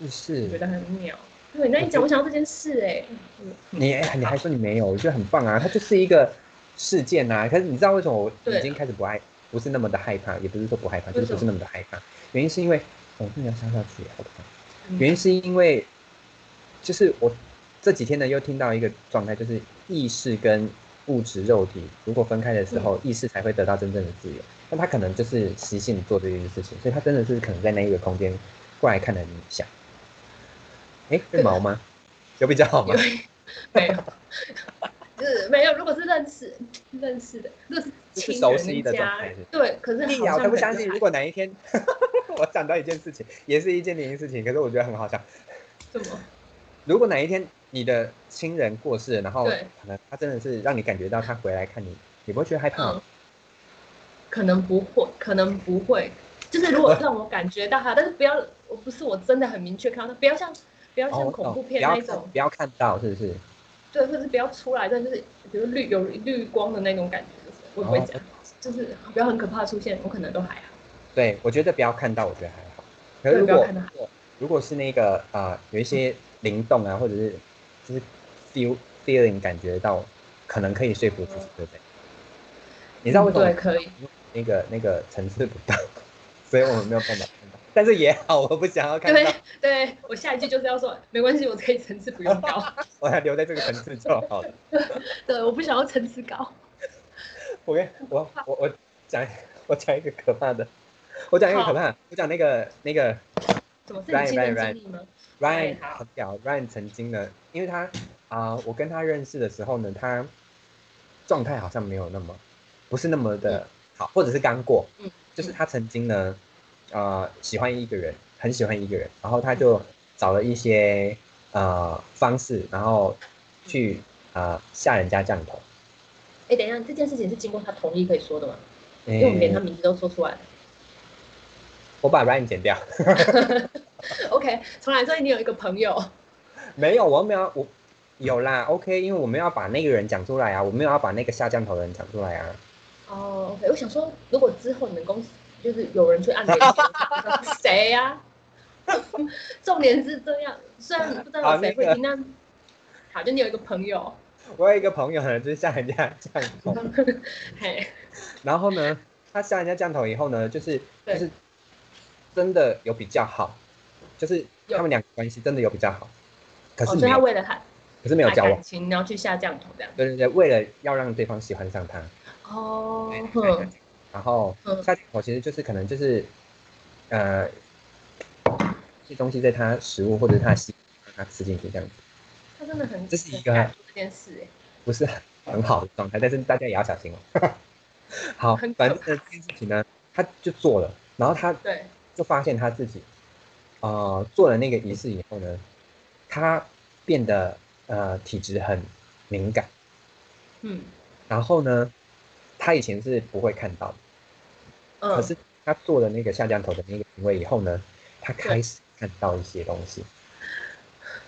[SPEAKER 1] 就
[SPEAKER 2] 我觉
[SPEAKER 1] 是
[SPEAKER 2] 得很妙。对，那你讲，我想到这件事哎、嗯
[SPEAKER 1] 你哎你还说你没有，我觉得很棒啊，它就是一个事件啊。可是你知道为什么我
[SPEAKER 2] 对
[SPEAKER 1] 已经开始不爱，不是那么的害怕，也不是说不害怕，就是
[SPEAKER 2] 为
[SPEAKER 1] 不
[SPEAKER 2] 什么
[SPEAKER 1] 是那么的害怕。原因是因为我真的要想下去，好可怕。
[SPEAKER 2] 嗯
[SPEAKER 1] 原因是因为，就是我这几天呢又听到一个状态，就是意识跟物质肉体如果分开的时
[SPEAKER 2] 嗯
[SPEAKER 1] 候，意识才会得到真正的自由。那他可能就是习性做这件事情，所以他真的是可能在那一个空间过来看了你一下。哎，
[SPEAKER 2] 啊
[SPEAKER 1] 会毛吗？有比较好吗
[SPEAKER 2] 有？没有，就是没有。如果是认识认识的，如果是亲
[SPEAKER 1] 就是熟
[SPEAKER 2] 人
[SPEAKER 1] 悉的
[SPEAKER 2] 跟家
[SPEAKER 1] 状态
[SPEAKER 2] 人
[SPEAKER 1] 是，
[SPEAKER 2] 对，可是
[SPEAKER 1] 屁
[SPEAKER 2] 好
[SPEAKER 1] 呀！
[SPEAKER 2] 像
[SPEAKER 1] 我才不
[SPEAKER 2] 很
[SPEAKER 1] 相信，
[SPEAKER 2] 难
[SPEAKER 1] 如果哪一天 我想到一件事情，也是一件灵异事情，可是我觉得很好笑。
[SPEAKER 2] 怎么
[SPEAKER 1] 如果哪一天你的亲人过世了，然后
[SPEAKER 2] 对
[SPEAKER 1] 可能他真的是让你感觉到他回来看你，你不会觉得害怕吗
[SPEAKER 2] 嗯？，可能不会，可能不会。就是如果让我感觉到哈，但是不要，我不是我真的很明确看到它，不要像不要
[SPEAKER 1] 哦，
[SPEAKER 2] 像
[SPEAKER 1] 我
[SPEAKER 2] 恐
[SPEAKER 1] 懂
[SPEAKER 2] 怖片
[SPEAKER 1] 不要
[SPEAKER 2] 那一
[SPEAKER 1] 看
[SPEAKER 2] 种，
[SPEAKER 1] 不要看到是不是？
[SPEAKER 2] 对，或者是不要出来，但就是比如绿有绿光的那种感觉，就是我不会
[SPEAKER 1] 哦
[SPEAKER 2] 讲，就是不要很可怕的出现，我可能都还好。
[SPEAKER 1] 对，我觉得不要看到，我觉得还好。可是
[SPEAKER 2] 对
[SPEAKER 1] 如
[SPEAKER 2] 不要
[SPEAKER 1] 果
[SPEAKER 2] 看到
[SPEAKER 1] 如果如果是那个啊、呃有一些灵动啊，或者是就是 feel feeling 感觉到，可能可以说服自己，对不对？你知道为什么？
[SPEAKER 2] 嗯对，可以。
[SPEAKER 1] 那个那个层次不到， 所以我们没有办法看到。但是也好，我不想要看到
[SPEAKER 2] 对，对，我下一句就是要说，没关系，我可以层次不用 高。
[SPEAKER 1] 我要留在这个层次就好了。
[SPEAKER 2] 对，我不想要层次高。
[SPEAKER 1] 我跟我我我讲我讲一个可怕的，我讲一个可怕，我讲那个那个
[SPEAKER 2] 什么是你亲身经历吗？
[SPEAKER 1] Ryan
[SPEAKER 2] 好
[SPEAKER 1] 很屌，Ryan 曾经的，因为他啊、我跟他认识的时候呢，他状态好像没有那么，不是那么的好，或者是刚过，
[SPEAKER 2] 嗯
[SPEAKER 1] 就是他曾经呢，呃，喜欢一个人，很喜欢一个人，然后
[SPEAKER 2] 嗯
[SPEAKER 1] 他就找了一些呃方式，然后去呃下人家降头，
[SPEAKER 2] 哎，等一下，这件事情是经过他同意可以说的吗？
[SPEAKER 1] 因
[SPEAKER 2] 因为我们连他名字都说出来了。
[SPEAKER 1] 我把 Ryan 剪掉，
[SPEAKER 2] OK，重来。所以你有一个朋友，
[SPEAKER 1] 没有，我没有，我有啦，OK，因为我们要把那个人讲出来啊，我没有要把那个下降头的人讲出来啊。
[SPEAKER 2] 哦，OK，我想说，如果之后你们公司就是有人去 按别人头，我想谁呀、 重点是这样，虽然你不知
[SPEAKER 1] 啊
[SPEAKER 2] 道有谁会听，但好，就你有一个朋友，
[SPEAKER 1] 我有一个朋友呢，就是下人家降头，
[SPEAKER 2] 嘿，
[SPEAKER 1] 然后 呢，他下人家降头以后呢，就是就
[SPEAKER 2] 对
[SPEAKER 1] 是真的有比较好，就是
[SPEAKER 2] 有
[SPEAKER 1] 他们两个关系真的有比较好，可
[SPEAKER 2] 哦，
[SPEAKER 1] 是
[SPEAKER 2] 所以
[SPEAKER 1] 没有，
[SPEAKER 2] 他为了他
[SPEAKER 1] 可是没有
[SPEAKER 2] 他
[SPEAKER 1] 交往
[SPEAKER 2] 感。情，然后去下降头这样。
[SPEAKER 1] 对对对，为了要让对方喜欢上他，
[SPEAKER 2] 哦
[SPEAKER 1] 对，
[SPEAKER 2] 哼，
[SPEAKER 1] 然后
[SPEAKER 2] 嗯
[SPEAKER 1] 下降头其实就是可能就是呃，一些东西在他食物或者是他的吸让他吃进去这样子，
[SPEAKER 2] 他真的很
[SPEAKER 1] 这是一
[SPEAKER 2] 很
[SPEAKER 1] 个
[SPEAKER 2] 敢做这件事，哎，
[SPEAKER 1] 不是很好的状态， 但是大家也要小心哦。 好，
[SPEAKER 2] 很可
[SPEAKER 1] 反正这件事情呢，他就做了，然后他
[SPEAKER 2] 对，
[SPEAKER 1] 就发现他自己，呃，做了那个仪式以后呢，他变得呃体质很敏感，
[SPEAKER 2] 嗯
[SPEAKER 1] 然后呢，他以前是不会看到的，
[SPEAKER 2] 嗯，
[SPEAKER 1] 可是他做了那个下降头的那个行为以后呢，他开始看到一些东西。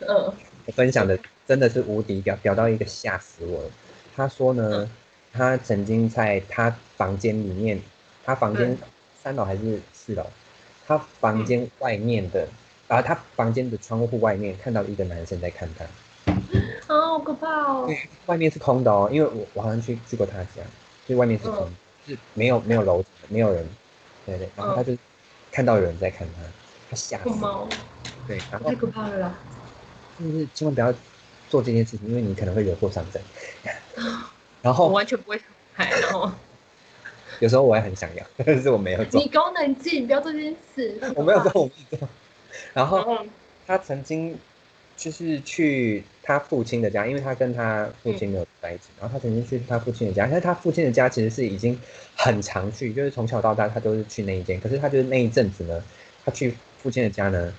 [SPEAKER 2] 嗯，
[SPEAKER 1] 我分享的真的是无敌屌，屌到一个吓死我了。他说呢
[SPEAKER 2] 嗯，
[SPEAKER 1] 他曾经在他房间里面，他房间
[SPEAKER 2] 嗯
[SPEAKER 1] 三楼还是四楼，他房间外面的，啊，他房间的窗户外面看到一个男生在看他，
[SPEAKER 2] 好可怕哦，
[SPEAKER 1] 对外面是空的哦，因为我我好像去去过他家，就外面是空的，
[SPEAKER 2] 嗯
[SPEAKER 1] 就是没有没有楼，没有人，对对，然后他就看到有人在看他，他吓死
[SPEAKER 2] 我，猫，
[SPEAKER 1] 对，然后
[SPEAKER 2] 哦太可怕了啦，
[SPEAKER 1] 就是千万不要做这件事情，因为你可能会惹祸上 身。然
[SPEAKER 2] 我
[SPEAKER 1] 后
[SPEAKER 2] 完全不会，嗨，然后。
[SPEAKER 1] 有时候我也很想要， 但是我没有做，
[SPEAKER 2] 你功能自己不要做这件事。嗯
[SPEAKER 1] 我没有做，我没有做。然
[SPEAKER 2] 然
[SPEAKER 1] 后
[SPEAKER 2] 后，
[SPEAKER 1] 他曾经就是去他父亲的家，因为他跟他父亲没有在一起，
[SPEAKER 2] 嗯
[SPEAKER 1] 然后他曾经去他父亲的家，但是他父亲的家其实是已经很常去，就是从小到大他都是去那一间，可是他就是那一阵子呢，他去父亲的家呢，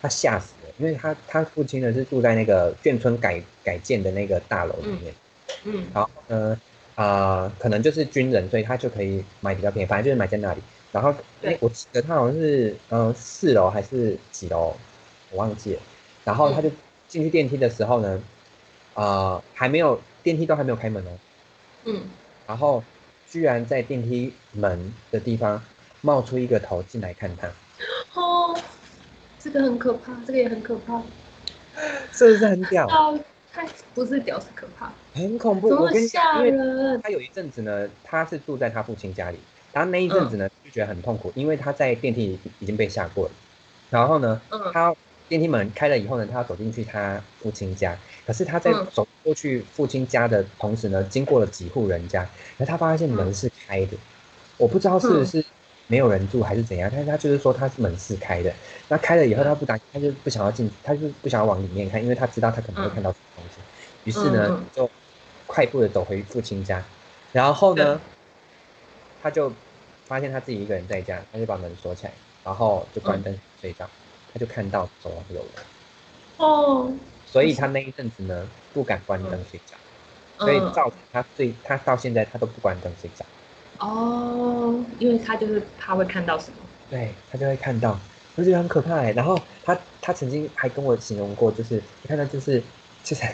[SPEAKER 1] 他吓死了，因为他他父亲呢是住在那个眷村改改建的那个大楼里面。
[SPEAKER 2] 嗯
[SPEAKER 1] 然后呢，啊，可能就是军人，所以他就可以买比较便宜，反正就是买在那里。然后那
[SPEAKER 2] 对
[SPEAKER 1] 我记得他好像是嗯四楼还是几楼，我忘记了。然后他就进去电梯的时候呢，啊，还没有电梯都还没有开门哦，
[SPEAKER 2] 嗯，
[SPEAKER 1] 然后居然在电梯门的地方冒出一个头进来看他，
[SPEAKER 2] 哦，这个很可怕，这个也很可怕。
[SPEAKER 1] 是不是很屌？
[SPEAKER 2] 哦，太不是屌，是可怕，
[SPEAKER 1] 很恐怖！
[SPEAKER 2] 怎
[SPEAKER 1] 我
[SPEAKER 2] 么
[SPEAKER 1] 跟你
[SPEAKER 2] 吓
[SPEAKER 1] 讲，因为
[SPEAKER 2] 人？
[SPEAKER 1] 他有一阵子呢，他是住在他父亲家里，然后那一
[SPEAKER 2] 嗯
[SPEAKER 1] 阵子呢，就觉得很痛苦，因为他在电梯已经被吓过了。然后呢，
[SPEAKER 2] 嗯
[SPEAKER 1] 他电梯门开了以后呢，他要走进去他父亲家，可是他在
[SPEAKER 2] 嗯
[SPEAKER 1] 走过去父亲家的同时呢，经过了几户人家，然后他发现门是开的，我不知道是不
[SPEAKER 2] 嗯
[SPEAKER 1] 是没有人住还是怎样，但是他就是说他是门是开的，那开了以后他不打，他就不想要进，他就不想要往里面看，因为他知道他可能会看到什么东西。于是
[SPEAKER 2] 嗯
[SPEAKER 1] 呢
[SPEAKER 2] 嗯，
[SPEAKER 1] 就快步的走回父亲家，然后呢
[SPEAKER 2] 对，
[SPEAKER 1] 他就发现他自己一个人在家，他就把门锁起来，然后就关灯睡觉，他就看到走廊有人，
[SPEAKER 2] 嗯哦，
[SPEAKER 1] 所以他那一阵子呢不敢关灯睡觉，所以
[SPEAKER 2] 嗯
[SPEAKER 1] 造成他最他到现在他都不关灯睡觉，
[SPEAKER 2] 哦，因为他就是怕会看到什么。
[SPEAKER 1] 对他就会看到，我就觉得很可怕哎、然后他他曾经还跟我形容过，就是你看他就是 就是。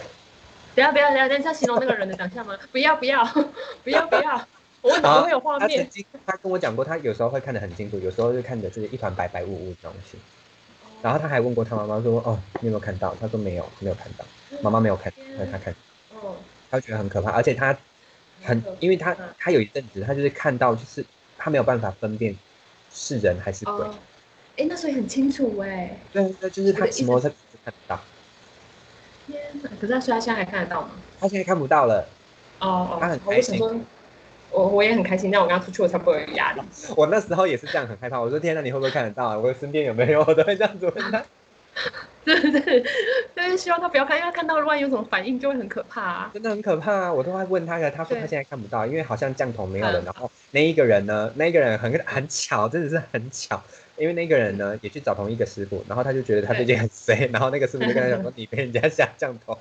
[SPEAKER 2] 不要不要不要，但是要形容那个人的长相吗？不要不要 不要不要，我怎
[SPEAKER 1] 好
[SPEAKER 2] 么会有画
[SPEAKER 1] 他曾
[SPEAKER 2] 面？
[SPEAKER 1] 经他跟我讲过，他有时候会看得很清楚，有时候就看着就是一团白白雾雾的东西。然后他还问过他妈妈说：“哦，你有没有看到？”他说：“没有，没有看到，妈妈没有看，那他看，
[SPEAKER 2] 哦，嗯
[SPEAKER 1] 他觉得很可怕。而且他很
[SPEAKER 2] 很可，
[SPEAKER 1] 因为他
[SPEAKER 2] 怕
[SPEAKER 1] 他有一阵子，他就是看到，就是他没有办法分辨是人还是鬼。
[SPEAKER 2] 哦，哎，那所以很清楚哎。
[SPEAKER 1] 对，那就是他
[SPEAKER 2] 这个
[SPEAKER 1] 骑
[SPEAKER 2] 一
[SPEAKER 1] 摩托车看不到，
[SPEAKER 2] 天哪！可是他虽然现在还看得到吗？
[SPEAKER 1] 他现在看不到了。
[SPEAKER 2] 哦哦，
[SPEAKER 1] 他很
[SPEAKER 2] 我
[SPEAKER 1] 开
[SPEAKER 2] 想
[SPEAKER 1] 心
[SPEAKER 2] 说，我我也很开心，但我跟他出去我才不会有压力。
[SPEAKER 1] 我那时候也是这样，很害怕。我说天哪，你会不会看得到啊？我身边有没有？ 我都会这样子问他。
[SPEAKER 2] 对对对，就是希望他不要看，因为他看到了万一有什么反应就会很可怕、啊。
[SPEAKER 1] 真的很可怕、啊，我都会问他的，他说他
[SPEAKER 2] 对
[SPEAKER 1] 现在看不到，因为好像降头没有了。
[SPEAKER 2] 嗯
[SPEAKER 1] 然后那一个人呢，那一个人很很巧，真的是很巧，因为那个人
[SPEAKER 2] 嗯
[SPEAKER 1] 呢也去找同一个师傅，然后他就觉得他最近很 衰，然后那个师傅就跟他讲说你被人家下降 头，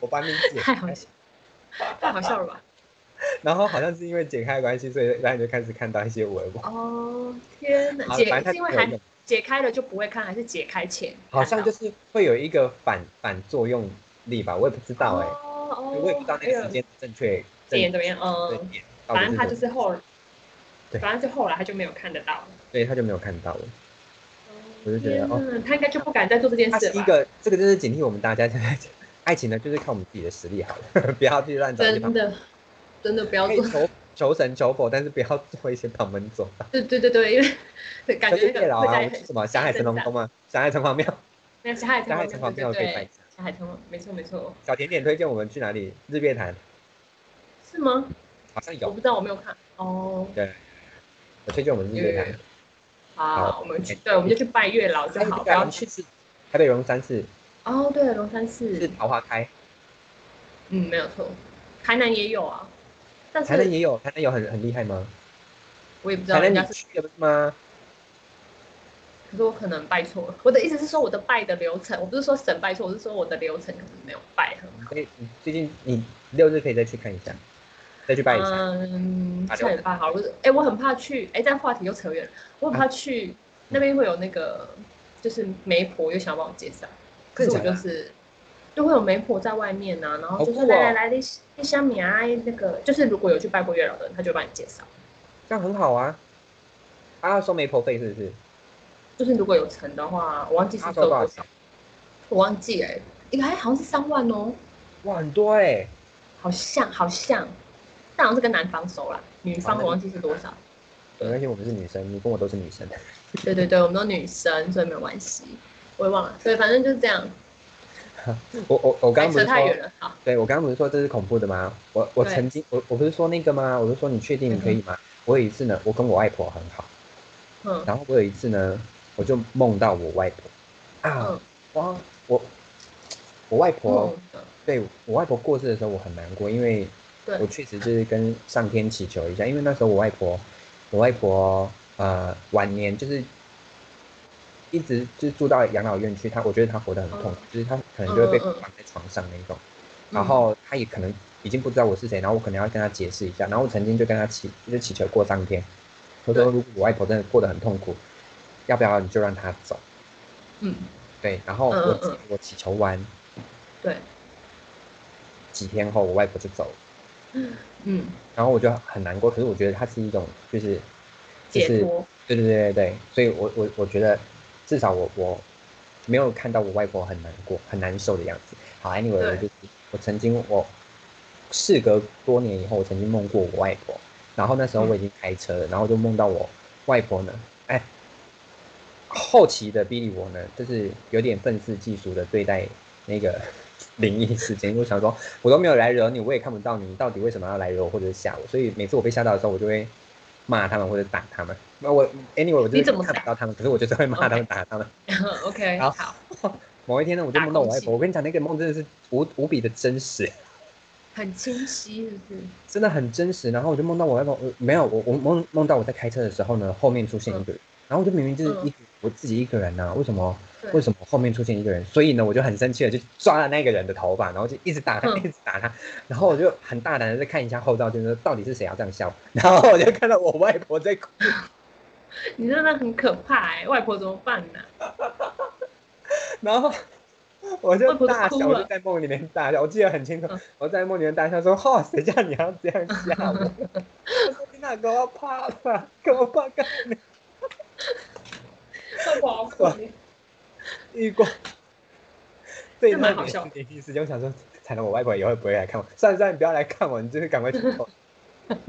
[SPEAKER 1] 我帮你解
[SPEAKER 2] 太好笑，太好笑 了吧？
[SPEAKER 1] 然后好像是因为解开的关系，所以让你就开始看到一些文物。
[SPEAKER 2] 哦，天哪！
[SPEAKER 1] 好
[SPEAKER 2] 解
[SPEAKER 1] 反正他
[SPEAKER 2] 是因为
[SPEAKER 1] 有
[SPEAKER 2] 还
[SPEAKER 1] 用
[SPEAKER 2] 解开了就不会看，还是解开前看到？
[SPEAKER 1] 好像就是会有一个反反作用力吧，我也不知道哎、
[SPEAKER 2] 哦哦，
[SPEAKER 1] 我也不知道那个时间正确正
[SPEAKER 2] 点怎么样？
[SPEAKER 1] 对
[SPEAKER 2] 嗯，
[SPEAKER 1] 点到底
[SPEAKER 2] 反正他
[SPEAKER 1] 怎
[SPEAKER 2] 就
[SPEAKER 1] 么
[SPEAKER 2] 是后，
[SPEAKER 1] 对
[SPEAKER 2] 反正就后来他就没有看得到。
[SPEAKER 1] 对他就没有看到了。我就觉得
[SPEAKER 2] 天
[SPEAKER 1] 哦
[SPEAKER 2] 哪他应该就不敢再做这件
[SPEAKER 1] 它
[SPEAKER 2] 事
[SPEAKER 1] 是
[SPEAKER 2] 了
[SPEAKER 1] 一
[SPEAKER 2] 吧。
[SPEAKER 1] 个，这个就是警惕我们大家， 爱情呢就是看我们自己的实力好了， 不要去乱找地
[SPEAKER 2] 真
[SPEAKER 1] 方。
[SPEAKER 2] 的，真的不要
[SPEAKER 1] 可以
[SPEAKER 2] 做。
[SPEAKER 1] 求求神求佛，但是不要做一些旁门左道。
[SPEAKER 2] 对对对对，因为 对感觉
[SPEAKER 1] 可是
[SPEAKER 2] 那
[SPEAKER 1] 月
[SPEAKER 2] 个
[SPEAKER 1] 老
[SPEAKER 2] 会
[SPEAKER 1] 啊，
[SPEAKER 2] 在
[SPEAKER 1] 我去什么霞海城
[SPEAKER 2] 神
[SPEAKER 1] 龙宫啊，霞海城隍 庙，
[SPEAKER 2] 那霞海城
[SPEAKER 1] 霞海城
[SPEAKER 2] 隍
[SPEAKER 1] 隍
[SPEAKER 2] 庙，
[SPEAKER 1] 庙可
[SPEAKER 2] 对
[SPEAKER 1] 以
[SPEAKER 2] 对
[SPEAKER 1] 拜
[SPEAKER 2] 对，。霞海城隍，没错没错，
[SPEAKER 1] 小甜甜推荐我们去哪里？日月潭
[SPEAKER 2] 是吗？
[SPEAKER 1] 好像
[SPEAKER 2] 我
[SPEAKER 1] 有
[SPEAKER 2] 不，知道，我没有看。哦，
[SPEAKER 1] 我推荐我们日月潭。好
[SPEAKER 2] 好，我们去，对，我们就去拜月老就
[SPEAKER 1] 哎
[SPEAKER 2] 嗯好，不
[SPEAKER 1] 对啊
[SPEAKER 2] 要
[SPEAKER 1] 龙
[SPEAKER 2] 去
[SPEAKER 1] 山。寺台北荣山寺
[SPEAKER 2] 哦，对，龙山
[SPEAKER 1] 是
[SPEAKER 2] 寺，
[SPEAKER 1] 桃花开，
[SPEAKER 2] 嗯，没有错，台南也有啊，但
[SPEAKER 1] 台南
[SPEAKER 2] 是
[SPEAKER 1] 也有，台南有很很厉害吗？
[SPEAKER 2] 我也不知道
[SPEAKER 1] 台
[SPEAKER 2] 人
[SPEAKER 1] 南
[SPEAKER 2] 家
[SPEAKER 1] 你
[SPEAKER 2] 是，
[SPEAKER 1] 去了不是吗？
[SPEAKER 2] 可是我可能拜错了。我的意思是说，我的拜的流程，我不是说神拜错，我是说我的流程可能没有拜很
[SPEAKER 1] 你
[SPEAKER 2] 好。
[SPEAKER 1] 可以，你最近你六日可以再去看一下，再去拜一下。
[SPEAKER 2] 嗯，
[SPEAKER 1] 打
[SPEAKER 2] 下
[SPEAKER 1] 电话
[SPEAKER 2] 礼拜好了。哎、我很怕去，哎、这样话题又扯远了。我
[SPEAKER 1] 啊
[SPEAKER 2] 很怕去、那边会有那个，就是媒婆又想帮我介绍，可是我
[SPEAKER 1] 真的
[SPEAKER 2] 就
[SPEAKER 1] 假的
[SPEAKER 2] 是就会有媒婆在外面呐、啊，然后就
[SPEAKER 1] 好
[SPEAKER 2] 说
[SPEAKER 1] 酷哦
[SPEAKER 2] 来来来，你你香米啊，那个就是如果有去拜过月老的人，他就会帮你介绍。
[SPEAKER 1] 这样很好啊。他要收媒婆费是不是？
[SPEAKER 2] 就是如果有成的话，我忘记是
[SPEAKER 1] 他收
[SPEAKER 2] 收
[SPEAKER 1] 多少
[SPEAKER 2] 多
[SPEAKER 1] 钱
[SPEAKER 2] 少，我忘记哎、应该好像是三万哦，
[SPEAKER 1] 哇，很多哎、欸，
[SPEAKER 2] 好像好像，但好像是跟男方收啦，女
[SPEAKER 1] 哦那
[SPEAKER 2] 方我
[SPEAKER 1] 就
[SPEAKER 2] 忘记是多少。
[SPEAKER 1] 没关系，我们是女生， 你跟我都是女生。
[SPEAKER 2] 对对对，我们都女生，所以没有关系。我也忘了，对，反正就是这样。
[SPEAKER 1] 我我我刚刚不
[SPEAKER 2] 扯
[SPEAKER 1] 是
[SPEAKER 2] 太远
[SPEAKER 1] 说，
[SPEAKER 2] 了，好，
[SPEAKER 1] 对我刚刚不是说这是恐怖的吗？我我
[SPEAKER 2] 对
[SPEAKER 1] 曾经我我不是说那个吗？我就说你确定你可以吗？我有一次呢，我跟我外婆很好，
[SPEAKER 2] 嗯
[SPEAKER 1] 然后我有一次呢，我就梦到我外婆啊，
[SPEAKER 2] 嗯，
[SPEAKER 1] 哇，我我外婆、
[SPEAKER 2] 梦的
[SPEAKER 1] 对我外婆过世的时候，我很难过，因为
[SPEAKER 2] 对
[SPEAKER 1] 我确实就是跟上天祈求一下，因为那时候我外婆，我外婆呃晚年就是一直就住到养老院去，她我觉得她活得很痛苦，就是她可能就会被
[SPEAKER 2] 哦嗯嗯嗯嗯
[SPEAKER 1] 绑在床上那种，然后她也可能已经不知道我是谁，然后我可能要跟她解释一下，然后我曾经就跟她祈就是祈求过上天，我说
[SPEAKER 2] 对
[SPEAKER 1] 如果我外婆真的过得很痛苦，要不要你就让她走？
[SPEAKER 2] 嗯，
[SPEAKER 1] 对，然后
[SPEAKER 2] 嗯
[SPEAKER 1] 我、
[SPEAKER 2] 嗯嗯
[SPEAKER 1] 我祈求完
[SPEAKER 2] 对，
[SPEAKER 1] 几天后，我外婆就走了。
[SPEAKER 2] 嗯，
[SPEAKER 1] 然后我就很难过，可是我觉得它是一种就是就是
[SPEAKER 2] 解脱，
[SPEAKER 1] 对对对对对，所以我我我觉得至少我我没有看到我外婆很难过很难受的样子。好，anyway，
[SPEAKER 2] 对
[SPEAKER 1] 我就是我曾经我事隔多年以后，我曾经梦过我外婆，然后那时候我已经开车了，然后就梦到我外婆呢，哎，后期的 Billy 我呢，就是有点愤世嫉俗的对待那个 灵异事件，因为我想说我都没有来惹你，我也看不到你，你到底为什么要来惹我或者是吓我？所以每次我被吓到的时候，我就会骂他们或者打他们。那我 anyway 我就
[SPEAKER 2] 你
[SPEAKER 1] 是
[SPEAKER 2] 怎么
[SPEAKER 1] 看不到他们，可是我就是会骂他们打他们。
[SPEAKER 2] OK，
[SPEAKER 1] 好
[SPEAKER 2] 好，
[SPEAKER 1] 某一天呢，我就梦到我外
[SPEAKER 2] 打空
[SPEAKER 1] 婆，
[SPEAKER 2] 气
[SPEAKER 1] 我跟你讲那个梦真的是无无比的真实，
[SPEAKER 2] 很清晰，是不是？
[SPEAKER 1] 真的很真实。然后我就梦到我外婆，呃没有我我梦梦到我在开车的时候呢，后面出现一
[SPEAKER 2] 嗯
[SPEAKER 1] 个人，然后我就明明就是一个我自己一个人呐、为什么？
[SPEAKER 2] 对
[SPEAKER 1] 为什么后面出现一个人？所以呢，我就很生气的就抓了那个人的头发，然后就一直打他，
[SPEAKER 2] 嗯
[SPEAKER 1] 一直打他，然后我就很大胆的在看一下后照镜，说到底是谁要这样笑我？然后我就看到我外婆在哭，
[SPEAKER 2] 你真的很可怕哎，外婆怎么办呢？
[SPEAKER 1] 然后我就
[SPEAKER 2] 外婆都
[SPEAKER 1] 大笑，
[SPEAKER 2] 哭
[SPEAKER 1] 我
[SPEAKER 2] 了
[SPEAKER 1] 就在梦里面大笑，我记得很清楚
[SPEAKER 2] 嗯，
[SPEAKER 1] 我在梦里面大笑说：“哈、谁叫你要这样吓 我？”我说：“你哪给我怕吧，给我怕干嘛
[SPEAKER 2] 外婆好可怜，
[SPEAKER 1] 遇过。”对，
[SPEAKER 2] 这蛮好笑的
[SPEAKER 1] 的意思就想说，惨了，我外婆以后会不会来看我？算了算了，你不要来看我，你就是赶快去走，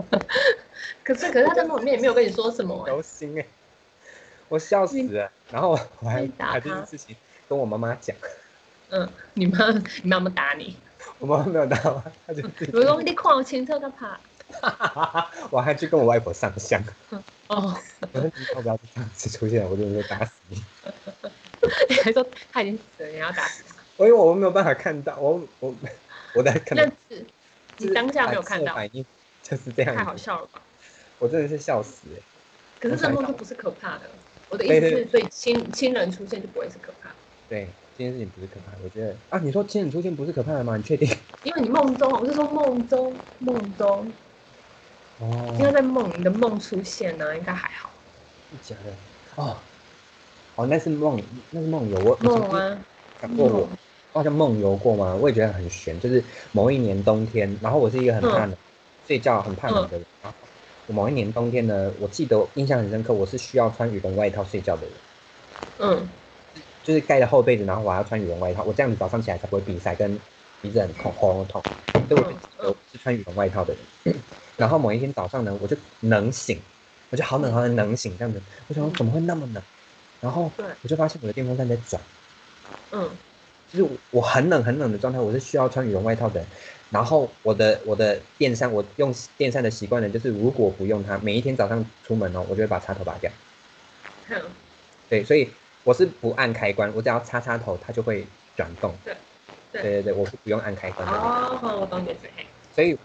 [SPEAKER 2] 可是可是他在梦里面也没有跟你说什么哎，
[SPEAKER 1] 流心哎、 我笑死了。然后我还
[SPEAKER 2] 你打
[SPEAKER 1] 把这
[SPEAKER 2] 他
[SPEAKER 1] 件事情跟我妈妈讲，
[SPEAKER 2] 嗯，你妈你妈妈打你，
[SPEAKER 1] 我妈妈没有打我，她就自己
[SPEAKER 2] 我说你看我前车干怕，
[SPEAKER 1] 我还去跟我外婆上香，
[SPEAKER 2] 哦，
[SPEAKER 1] 我说你要不要这样子出现，我就会打死你。
[SPEAKER 2] 你还说他已经死了，你要打死他？
[SPEAKER 1] 我因为我没有办法看到，我我我在可
[SPEAKER 2] 那
[SPEAKER 1] 能
[SPEAKER 2] 是你当下没有看到，
[SPEAKER 1] 反应就是这样子，
[SPEAKER 2] 太好笑了吧？
[SPEAKER 1] 我真的是笑死、欸。
[SPEAKER 2] 可是
[SPEAKER 1] 我想一
[SPEAKER 2] 这梦
[SPEAKER 1] 想
[SPEAKER 2] 就不是可怕的。我的意
[SPEAKER 1] 对
[SPEAKER 2] 思
[SPEAKER 1] 对
[SPEAKER 2] 是，对亲亲人出现就不会是可怕的，
[SPEAKER 1] 对，这件事情不是可怕的，我觉得啊，你说亲人出现不是可怕的吗？你确定？
[SPEAKER 2] 因为你梦中，啊我是说梦中，梦中
[SPEAKER 1] 哦，
[SPEAKER 2] 应该在梦，你的梦出现呢，应该还好。
[SPEAKER 1] 假的哦，哦，那是梦，那是梦游。我我曾
[SPEAKER 2] 梦
[SPEAKER 1] 经
[SPEAKER 2] 啊，
[SPEAKER 1] 讲过我
[SPEAKER 2] 梦，
[SPEAKER 1] 我好像梦游过吗？我也觉得很悬，就是某一年冬天，然后我是一个很怕冷、睡觉很怕冷的人。然后我某一年冬天呢，我记得我印象很深刻，我是需要穿羽绒外套睡觉的人，
[SPEAKER 2] 嗯，
[SPEAKER 1] 就是盖着厚被子，然后我还要穿羽绒外套，我这样子早上起来才不会鼻塞跟鼻子很痛，喉咙痛。所
[SPEAKER 2] 嗯
[SPEAKER 1] 以我就记得我是穿羽绒外套的人。然后某一天早上呢，我就能醒，我就好冷好冷能醒这样子，我想说怎么会那么冷？然后
[SPEAKER 2] 对
[SPEAKER 1] 我就发现我的电风扇在转，
[SPEAKER 2] 嗯，
[SPEAKER 1] 就是我很冷很冷的状态，我是需要穿羽绒外套的。然后我的我的电扇，我用电扇的习惯呢，就是如果不用它，每一天早上出门哦，我就会把插头拔掉。
[SPEAKER 2] 哼
[SPEAKER 1] 对，所以我是不按开关，我只要插插头，它就会转动。
[SPEAKER 2] 对
[SPEAKER 1] 对
[SPEAKER 2] 对
[SPEAKER 1] 对对，我是不用按开关的。
[SPEAKER 2] 哦，我懂你的意思。嘿
[SPEAKER 1] 所以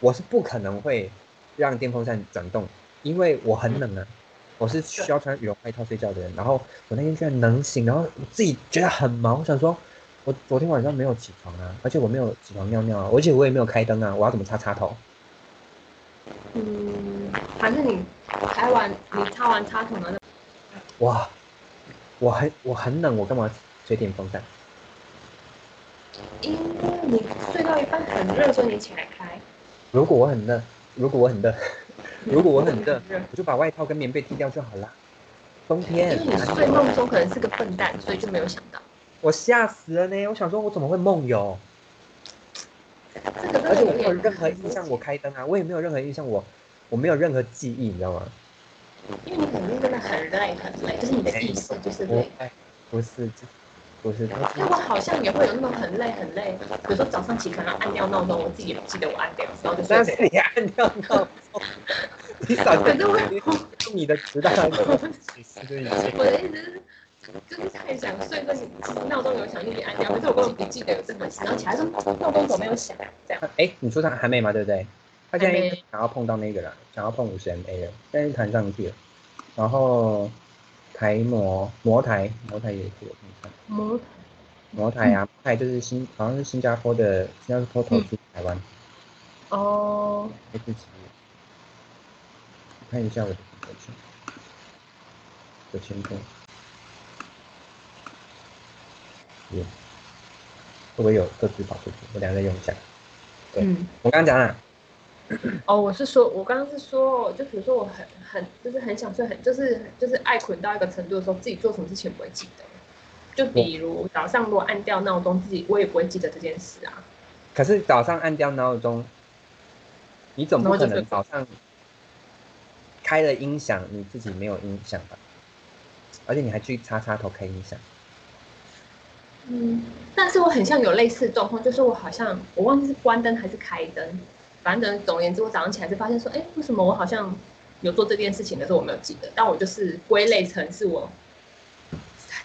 [SPEAKER 1] 我是不可能会让电风扇转动，因为我很冷啊，我是需要穿羽绒外套睡觉的人。然后我那天居然能醒，然后我自己觉得很忙，我想说，我昨天晚上没有起床啊，而且我没有起床尿尿啊，而且我也没有开灯啊，我要怎么插插头？
[SPEAKER 2] 嗯，还是你开完你插完插头呢？
[SPEAKER 1] 哇，我很我很冷，我干嘛吹电风扇？
[SPEAKER 2] 因为你睡到一半很热，所以你起来开。
[SPEAKER 1] 如果我很热，如果我很热，如果我很热
[SPEAKER 2] 嗯，
[SPEAKER 1] 我就把外套跟棉被剃掉就好啦。冬
[SPEAKER 2] 因
[SPEAKER 1] 天
[SPEAKER 2] 为，你睡梦中可能是个笨蛋，所以就没有想到。
[SPEAKER 1] 我吓死了呢！我想说，我怎么会梦游？
[SPEAKER 2] 这个真
[SPEAKER 1] 而且
[SPEAKER 2] 的
[SPEAKER 1] 我
[SPEAKER 2] 有
[SPEAKER 1] 没有
[SPEAKER 2] 点
[SPEAKER 1] 任何印象，我开灯啊，我也没有任何印象，我我没有任何记忆，你知道吗？
[SPEAKER 2] 因为你肯定真的很累很累，就是你的意识就是
[SPEAKER 1] 我
[SPEAKER 2] 累。
[SPEAKER 1] 哎，不是，这不是，他
[SPEAKER 2] 因为我好像也会有那种很累很累，比如说早上起床然啊后按掉闹钟，我自己也不记得我按掉，然后就睡
[SPEAKER 1] 但
[SPEAKER 2] 着
[SPEAKER 1] 是。你按掉闹钟，你少在
[SPEAKER 2] 可是我
[SPEAKER 1] 你你的直达，其实就是你
[SPEAKER 2] 我的意思是，就是太想睡，所以你闹钟有响就得按掉，可是我根本不记得有这回事，然后起来说闹钟怎么没有响？这样。
[SPEAKER 1] 哎，你说他还没嘛，对不对？他现在
[SPEAKER 2] 还没
[SPEAKER 1] 应该想要碰到那个了，想要碰五十 MA 了，但是弹上去了。然后台模模台模台也是我看看，
[SPEAKER 2] 嗯，
[SPEAKER 1] 模台啊，模台就是新好像是新加坡的新加坡投资台湾，
[SPEAKER 2] 哦，
[SPEAKER 1] 我自己看一下我的朋友圈，有签过，耶，会不会有各自跑出去？我等一下再用一下。对
[SPEAKER 2] 嗯，
[SPEAKER 1] 我刚刚讲了，
[SPEAKER 2] 哦，我是说，我刚刚是说，哦就比如说我很很就是很想睡，很就是就是爱捆到一个程度的时候，自己做什么事情不会记得。就比如早上如果按掉闹钟，自己我也不会记得这件事啊。
[SPEAKER 1] 可是早上按掉闹钟，你总不
[SPEAKER 2] 然后
[SPEAKER 1] 可
[SPEAKER 2] 就
[SPEAKER 1] 能
[SPEAKER 2] 睡
[SPEAKER 1] 早上开了音响，你自己没有音响吧？而且你还去插插头开音响，
[SPEAKER 2] 嗯，但是我很像有类似的状况，就是我好像我忘记是关灯还是开灯，反正总而言之，我早上起来就发现说，哎，为什么我好像有做这件事情，可是我没有记得，但我就是归类成是我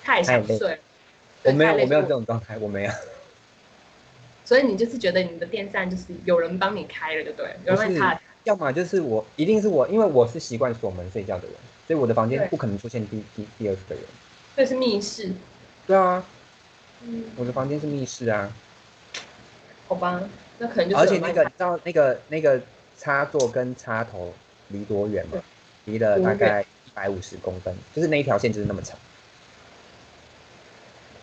[SPEAKER 2] 太想睡了，
[SPEAKER 1] 我
[SPEAKER 2] 对
[SPEAKER 1] 没有，
[SPEAKER 2] 太累
[SPEAKER 1] 我没有这
[SPEAKER 2] 所以
[SPEAKER 1] 种状态，我没有。
[SPEAKER 2] 所以你就是觉得你的电扇就是有人帮你开了，就对了，有人帮你
[SPEAKER 1] 不
[SPEAKER 2] 插
[SPEAKER 1] 是要么就是我，一定是我，因为我是习惯锁门睡觉的人，所以我的房间
[SPEAKER 2] 对
[SPEAKER 1] 不可能出现第第第二个人。
[SPEAKER 2] 这是密室。
[SPEAKER 1] 对啊，
[SPEAKER 2] 嗯，
[SPEAKER 1] 我的房间是密室啊，
[SPEAKER 2] 好吧，那可能就是
[SPEAKER 1] 而且
[SPEAKER 2] 有
[SPEAKER 1] 那
[SPEAKER 2] 人帮
[SPEAKER 1] 个
[SPEAKER 2] 你
[SPEAKER 1] 你知道那个那个插座跟插头离多远吗？离了大概一百五十公分，就是那一条线就是那么长。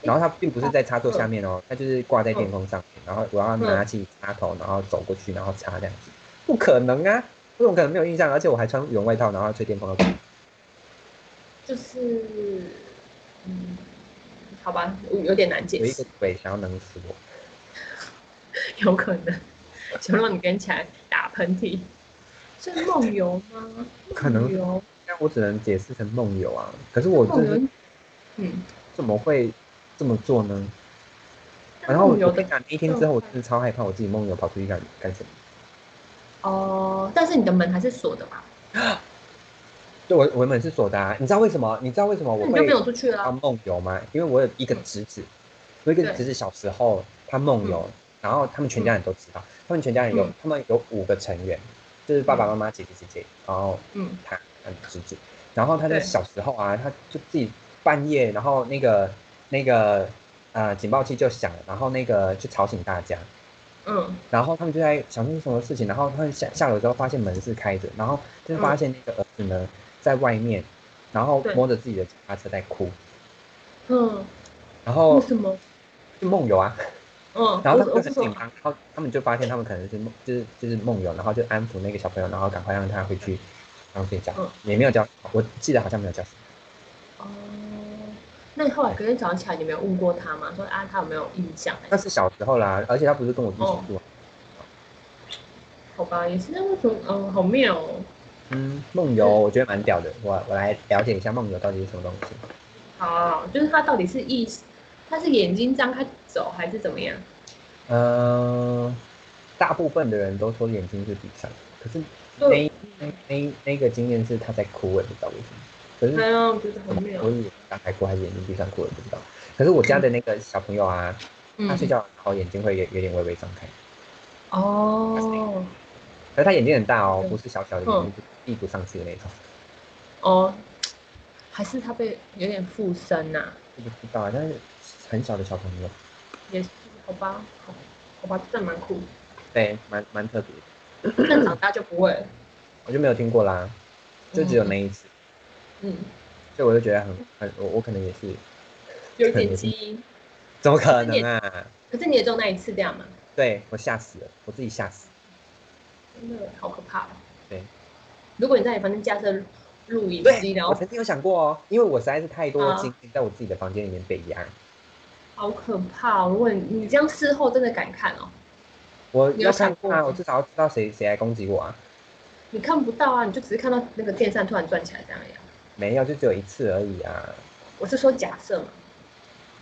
[SPEAKER 1] 然后它并不是在插座下面哦，它就是挂在电风上面。然后我
[SPEAKER 2] 嗯
[SPEAKER 1] 要拿起插头，然后走过去，然后插这样子，不可能啊！我怎么可能没有印象？而且我还穿羽绒外套，然后吹电风扇。
[SPEAKER 2] 就是嗯，好吧，有有点难解
[SPEAKER 1] 有一
[SPEAKER 2] 释
[SPEAKER 1] 个。鬼想要能死我，
[SPEAKER 2] 有可能， 想让你跟起来打喷嚏。是梦游吗？
[SPEAKER 1] 可能
[SPEAKER 2] 梦游，
[SPEAKER 1] 那我只能解释成梦游啊。可是我
[SPEAKER 2] 梦
[SPEAKER 1] 就是
[SPEAKER 2] 游，嗯，
[SPEAKER 1] 怎么会这么做呢？然
[SPEAKER 2] 但
[SPEAKER 1] 后我
[SPEAKER 2] 梦游
[SPEAKER 1] 跟
[SPEAKER 2] 的
[SPEAKER 1] 你讲，那一天之后，我真的超害怕，我自己梦游跑出去干干什么？
[SPEAKER 2] 哦，但是你的门还是锁的嘛，
[SPEAKER 1] 对我我门是锁的、啊，你知道为什么？你知道为什么
[SPEAKER 2] 那
[SPEAKER 1] 我
[SPEAKER 2] 你就
[SPEAKER 1] 会
[SPEAKER 2] 没有出去了
[SPEAKER 1] 他
[SPEAKER 2] 啊。
[SPEAKER 1] 梦游吗？因为我有一个侄子，我有一个
[SPEAKER 2] 对
[SPEAKER 1] 侄子小时候他梦游，然后他们全家人都知道，他们全家人有
[SPEAKER 2] 嗯
[SPEAKER 1] 他们有五个成员，就是爸爸妈妈、姐姐、姐姐，然后
[SPEAKER 2] 嗯，
[SPEAKER 1] 他他侄子，然后他在
[SPEAKER 2] 对
[SPEAKER 1] 小时候啊，他就自己半夜，然后那个那个呃警报器就响了，然后那个就吵醒大家，
[SPEAKER 2] 嗯，
[SPEAKER 1] 然后他们就在想出什么事情，然后他们下下楼之后发现门是开着，然后就发现那个儿子呢、在外面，然后
[SPEAKER 2] 对
[SPEAKER 1] 摸着自己的脚踏车在哭，
[SPEAKER 2] 嗯，
[SPEAKER 1] 然
[SPEAKER 2] 为
[SPEAKER 1] 后
[SPEAKER 2] 什么？
[SPEAKER 1] 就梦游啊，
[SPEAKER 2] 嗯，
[SPEAKER 1] 哦然后他们
[SPEAKER 2] 我我
[SPEAKER 1] 就是很
[SPEAKER 2] 说
[SPEAKER 1] 紧张，然后他们就发现他们可能是梦就是就是梦游，然后就安抚那个小朋友，然后赶快让他回去，然后睡觉，
[SPEAKER 2] 嗯
[SPEAKER 1] 也没有叫，我记得好像没有叫醒。
[SPEAKER 2] 哦，那你后来隔天早上起来，你没有问过他吗？说啊，他有没有印象？
[SPEAKER 1] 那是小时候啦，而且他不是跟我一起
[SPEAKER 2] 哦
[SPEAKER 1] 住啊。
[SPEAKER 2] 好吧，也是那为什么？嗯，好妙哦。
[SPEAKER 1] 嗯，梦游我觉得蛮屌的，我我来了解一下梦游到底是什么东西。
[SPEAKER 2] 好，就是他到底是意识，他是眼睛张开走还是怎么样？
[SPEAKER 1] 嗯、大部分的人都说眼睛是闭上，可是那
[SPEAKER 2] 对
[SPEAKER 1] 一那那那个经验是他在哭，我也不知道为什么。可是
[SPEAKER 2] 哎呀，我觉得好
[SPEAKER 1] 我
[SPEAKER 2] 妙。
[SPEAKER 1] 以为打开哭还是眼睛闭上哭，我也不知道。可是我家的那个小朋友啊，他睡
[SPEAKER 2] 嗯，
[SPEAKER 1] 觉好眼睛会有有点微微张开，
[SPEAKER 2] 哦，
[SPEAKER 1] 可是他眼睛很大哦，
[SPEAKER 2] 嗯
[SPEAKER 1] 不是小小的眼睛，闭不上去的那种。
[SPEAKER 2] 哦，还是他被有点附身呐、
[SPEAKER 1] 我不知道啊，但是很小的小朋友，
[SPEAKER 2] 也是好吧，好好吧，这蛮酷的。
[SPEAKER 1] 对，蛮蛮特别的。
[SPEAKER 2] 但长大就不会了。
[SPEAKER 1] 我就没有听过啦，就只有那一次，
[SPEAKER 2] 嗯，
[SPEAKER 1] 所以我就觉得很很，我我可能也是，
[SPEAKER 2] 有一点基因，
[SPEAKER 1] 怎么可能啊？
[SPEAKER 2] 可是你也就那一次这样嘛，
[SPEAKER 1] 对我吓死了，我自己吓死。
[SPEAKER 2] 真的好可怕、哦。
[SPEAKER 1] 对，
[SPEAKER 2] 如果你在你房间架设录影机，
[SPEAKER 1] 对，
[SPEAKER 2] 然
[SPEAKER 1] 我
[SPEAKER 2] 后
[SPEAKER 1] 曾经有想过哦，因为我实在是太多
[SPEAKER 2] 啊
[SPEAKER 1] 经历在我自己的房间里面被压，
[SPEAKER 2] 好可怕、哦。如果你你这样事后真的敢看哦，
[SPEAKER 1] 我
[SPEAKER 2] 你有
[SPEAKER 1] 要看
[SPEAKER 2] 想过
[SPEAKER 1] 啊，
[SPEAKER 2] 吗
[SPEAKER 1] 我至少要知道谁谁来攻击我啊。
[SPEAKER 2] 你看不到啊，你就只是看到那个电扇突然转起来这样而已啊、
[SPEAKER 1] 没有，就只有一次而已啊。
[SPEAKER 2] 我是说假设嘛，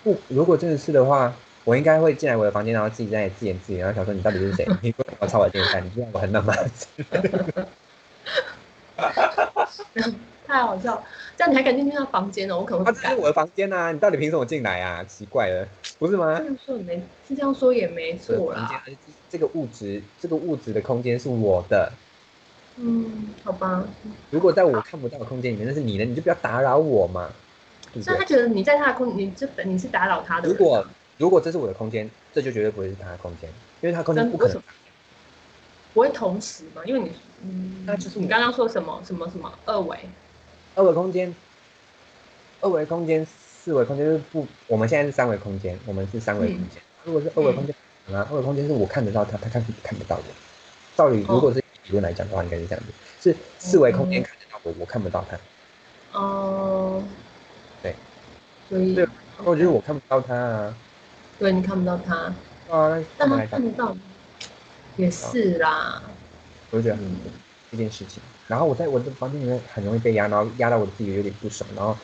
[SPEAKER 1] 不，如果真的是的话，我应该会进来我的房间，然后自己在那里自言自语，然后想说你到底 是谁？你为什么要抄我的电扇？你知道我很冷吗？
[SPEAKER 2] 太好笑了。这样你还敢进去他房间哦？我可能
[SPEAKER 1] 啊，
[SPEAKER 2] 会
[SPEAKER 1] 这
[SPEAKER 2] 不
[SPEAKER 1] 是
[SPEAKER 2] 敢。
[SPEAKER 1] 我的房间啊，你到底凭什么进来啊？奇怪了，不是吗
[SPEAKER 2] 这？样说也没是这样说也没
[SPEAKER 1] 我
[SPEAKER 2] 错啊
[SPEAKER 1] 的啊房间
[SPEAKER 2] 啦。，
[SPEAKER 1] 而且这个物质，这个物质的空间是我的。
[SPEAKER 2] 嗯，好吧。
[SPEAKER 1] 如果在我看不到的空间里面，那是你的，你就不要打扰我嘛，对不
[SPEAKER 2] 所以他
[SPEAKER 1] 对？
[SPEAKER 2] 觉得你在他的空，你这你是打扰他的
[SPEAKER 1] 如
[SPEAKER 2] 人啊。
[SPEAKER 1] 果如果这是我的空间，这就绝对不会是他的空间，因为他的空间
[SPEAKER 2] 真
[SPEAKER 1] 不可
[SPEAKER 2] 为什
[SPEAKER 1] 能
[SPEAKER 2] 么。不会同时嘛，因为你，嗯，
[SPEAKER 1] 那就是
[SPEAKER 2] 你刚刚说什么什么什么二维，
[SPEAKER 1] 二维空间，二维空间、四维空间就是不，我们现在是三维空间，我们是三维空间。
[SPEAKER 2] 嗯
[SPEAKER 1] 如果是二维空间，啊，二维空间是我看得到他，他看看不到我。照理
[SPEAKER 2] 哦嗯
[SPEAKER 1] 如果是理论来讲的话，应该是这样子，是四维空间看得到我，我看不到他。
[SPEAKER 2] 哦、
[SPEAKER 1] 对，
[SPEAKER 2] 所以
[SPEAKER 1] 对那我觉得哦我看不到他啊，
[SPEAKER 2] 对你看不到他，
[SPEAKER 1] 啊，那干
[SPEAKER 2] 但他
[SPEAKER 1] 嘛来打
[SPEAKER 2] 看？得到你，也是啦，
[SPEAKER 1] 我就觉得很
[SPEAKER 2] 嗯，
[SPEAKER 1] 这件事情。然后我在我的房间里面很容易被压，然后压到我自己有点不爽，然后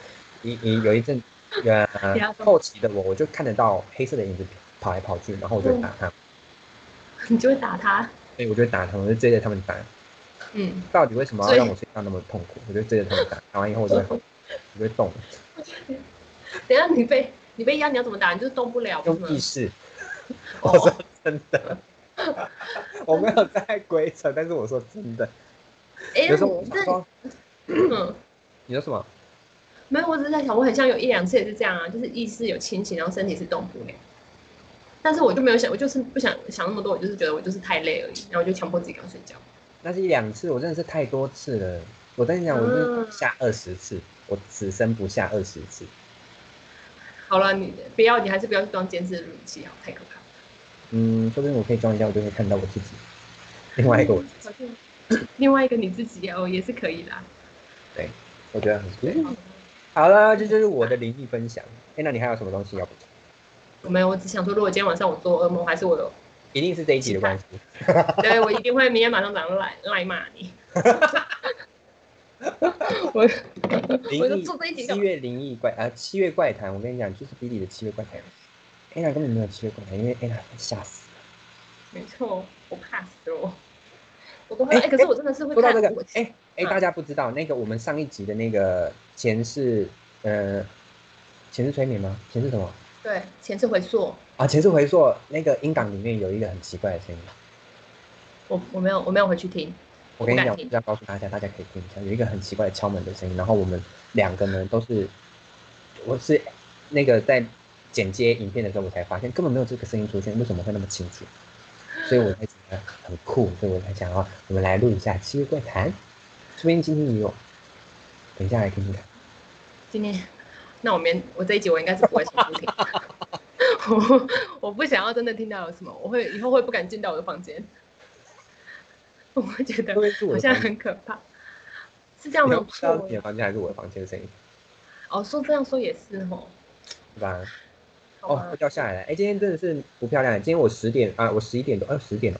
[SPEAKER 1] 一一有一阵，
[SPEAKER 2] 压
[SPEAKER 1] 呃，
[SPEAKER 2] 到
[SPEAKER 1] 后期的我我就看得到黑色的影子跑来跑去，然后
[SPEAKER 2] 嗯
[SPEAKER 1] 我就会打他，
[SPEAKER 2] 你就会打他，
[SPEAKER 1] 所以我就会打他们，我就追着他们打。
[SPEAKER 2] 嗯，
[SPEAKER 1] 到底为什么要
[SPEAKER 2] 追
[SPEAKER 1] 让我睡觉那么痛苦？我就追着他们打，打完以后我就会
[SPEAKER 2] 嗯
[SPEAKER 1] 我就会动，
[SPEAKER 2] 等一下你被你被压，你要怎么打？你就是动不了，不是
[SPEAKER 1] 用
[SPEAKER 2] 吗
[SPEAKER 1] 意？识。我说
[SPEAKER 2] 哦，
[SPEAKER 1] 真的，我没有在鬼扯，但是我说真的。
[SPEAKER 2] 哎、
[SPEAKER 1] 有时候我想
[SPEAKER 2] 那
[SPEAKER 1] 说，
[SPEAKER 2] 你嗯，
[SPEAKER 1] 你说什么？
[SPEAKER 2] 没有，我只是在想，我很像有一两次也是这样啊，就是意识有清醒，然后身体是动不了。但是我就没有想，我就是不想想那么多，我就是觉得我就是太累而已，然后我就强迫自己赶快睡觉。
[SPEAKER 1] 那是一两次，我真的是太多次了。我跟你
[SPEAKER 2] 嗯
[SPEAKER 1] 讲，我真的不下二十次，我此生不下二十次。
[SPEAKER 2] 好了，你不要，你还是不要去装监视录影器，好，太可怕。
[SPEAKER 1] 嗯，说不定我可以装一下，我就会看到我自己。另外一个我，
[SPEAKER 2] 嗯另外一个你自己哦，也是可以啦。
[SPEAKER 1] 我觉得很酷。好了，这就是我的灵异分享。哎、那你还有什么东西要补充？
[SPEAKER 2] 我没有，我只想说，如果今天晚上我做噩梦，还 是我有，
[SPEAKER 1] 一定是这一集的关系。
[SPEAKER 2] 对我一定会明天马上早上来来骂你。我 我
[SPEAKER 1] 灵
[SPEAKER 2] 就
[SPEAKER 1] 异
[SPEAKER 2] 做这一集
[SPEAKER 1] 七
[SPEAKER 2] 干嘛
[SPEAKER 1] 月灵异怪啊，七月怪谈，我跟你讲，就是比利的七月怪谈。安娜根本哎没有七月怪谈，因为安娜吓死了。
[SPEAKER 2] 没错，我怕死了我。我都会。哎、
[SPEAKER 1] 哎
[SPEAKER 2] 可是我真的是会
[SPEAKER 1] 说到
[SPEAKER 2] 看。
[SPEAKER 1] 这个
[SPEAKER 2] 我，
[SPEAKER 1] 哎哎，
[SPEAKER 2] 啊
[SPEAKER 1] 大家不知道那个我们上一集的那个前世，呃，前世催眠吗？前世什么？
[SPEAKER 2] 对，前世回溯，
[SPEAKER 1] 啊，前世回溯那个音档里面有一个很奇怪的声音，
[SPEAKER 2] 我我没有我没有回去听。
[SPEAKER 1] 我跟你
[SPEAKER 2] 不敢
[SPEAKER 1] 讲，我
[SPEAKER 2] 听
[SPEAKER 1] 要告诉大家，大家可以听一下，有一个很奇怪的敲门的声音。然后我们两个呢都是，我是那个在剪接影片的时候，我才发现根本没有这个声音出现，为什么会那么清楚？所以我才觉得很酷，所以我才想要啊我们来录一下《七月怪谈》，说不定今天也有。等一下来听听看。
[SPEAKER 2] 今天， 那我明我这一集我应该是不会重 复听。我我不想要真的听到有什么，我会以后会不敢进到我的房间。我会觉得
[SPEAKER 1] 会不会是我
[SPEAKER 2] 好
[SPEAKER 1] 的
[SPEAKER 2] 像
[SPEAKER 1] 房间？
[SPEAKER 2] 很可怕，是这样
[SPEAKER 1] 你
[SPEAKER 2] 没
[SPEAKER 1] 要
[SPEAKER 2] 有
[SPEAKER 1] 不知道
[SPEAKER 2] 错
[SPEAKER 1] 是你的房间还是我的房间的声音，
[SPEAKER 2] 哦。说这样说也是哦，
[SPEAKER 1] 对吧？
[SPEAKER 2] 好
[SPEAKER 1] 哦，
[SPEAKER 2] 吧
[SPEAKER 1] 又，掉下来了。哎、今天真的是不漂亮。今天我十点啊，我十一点多，呃、十点，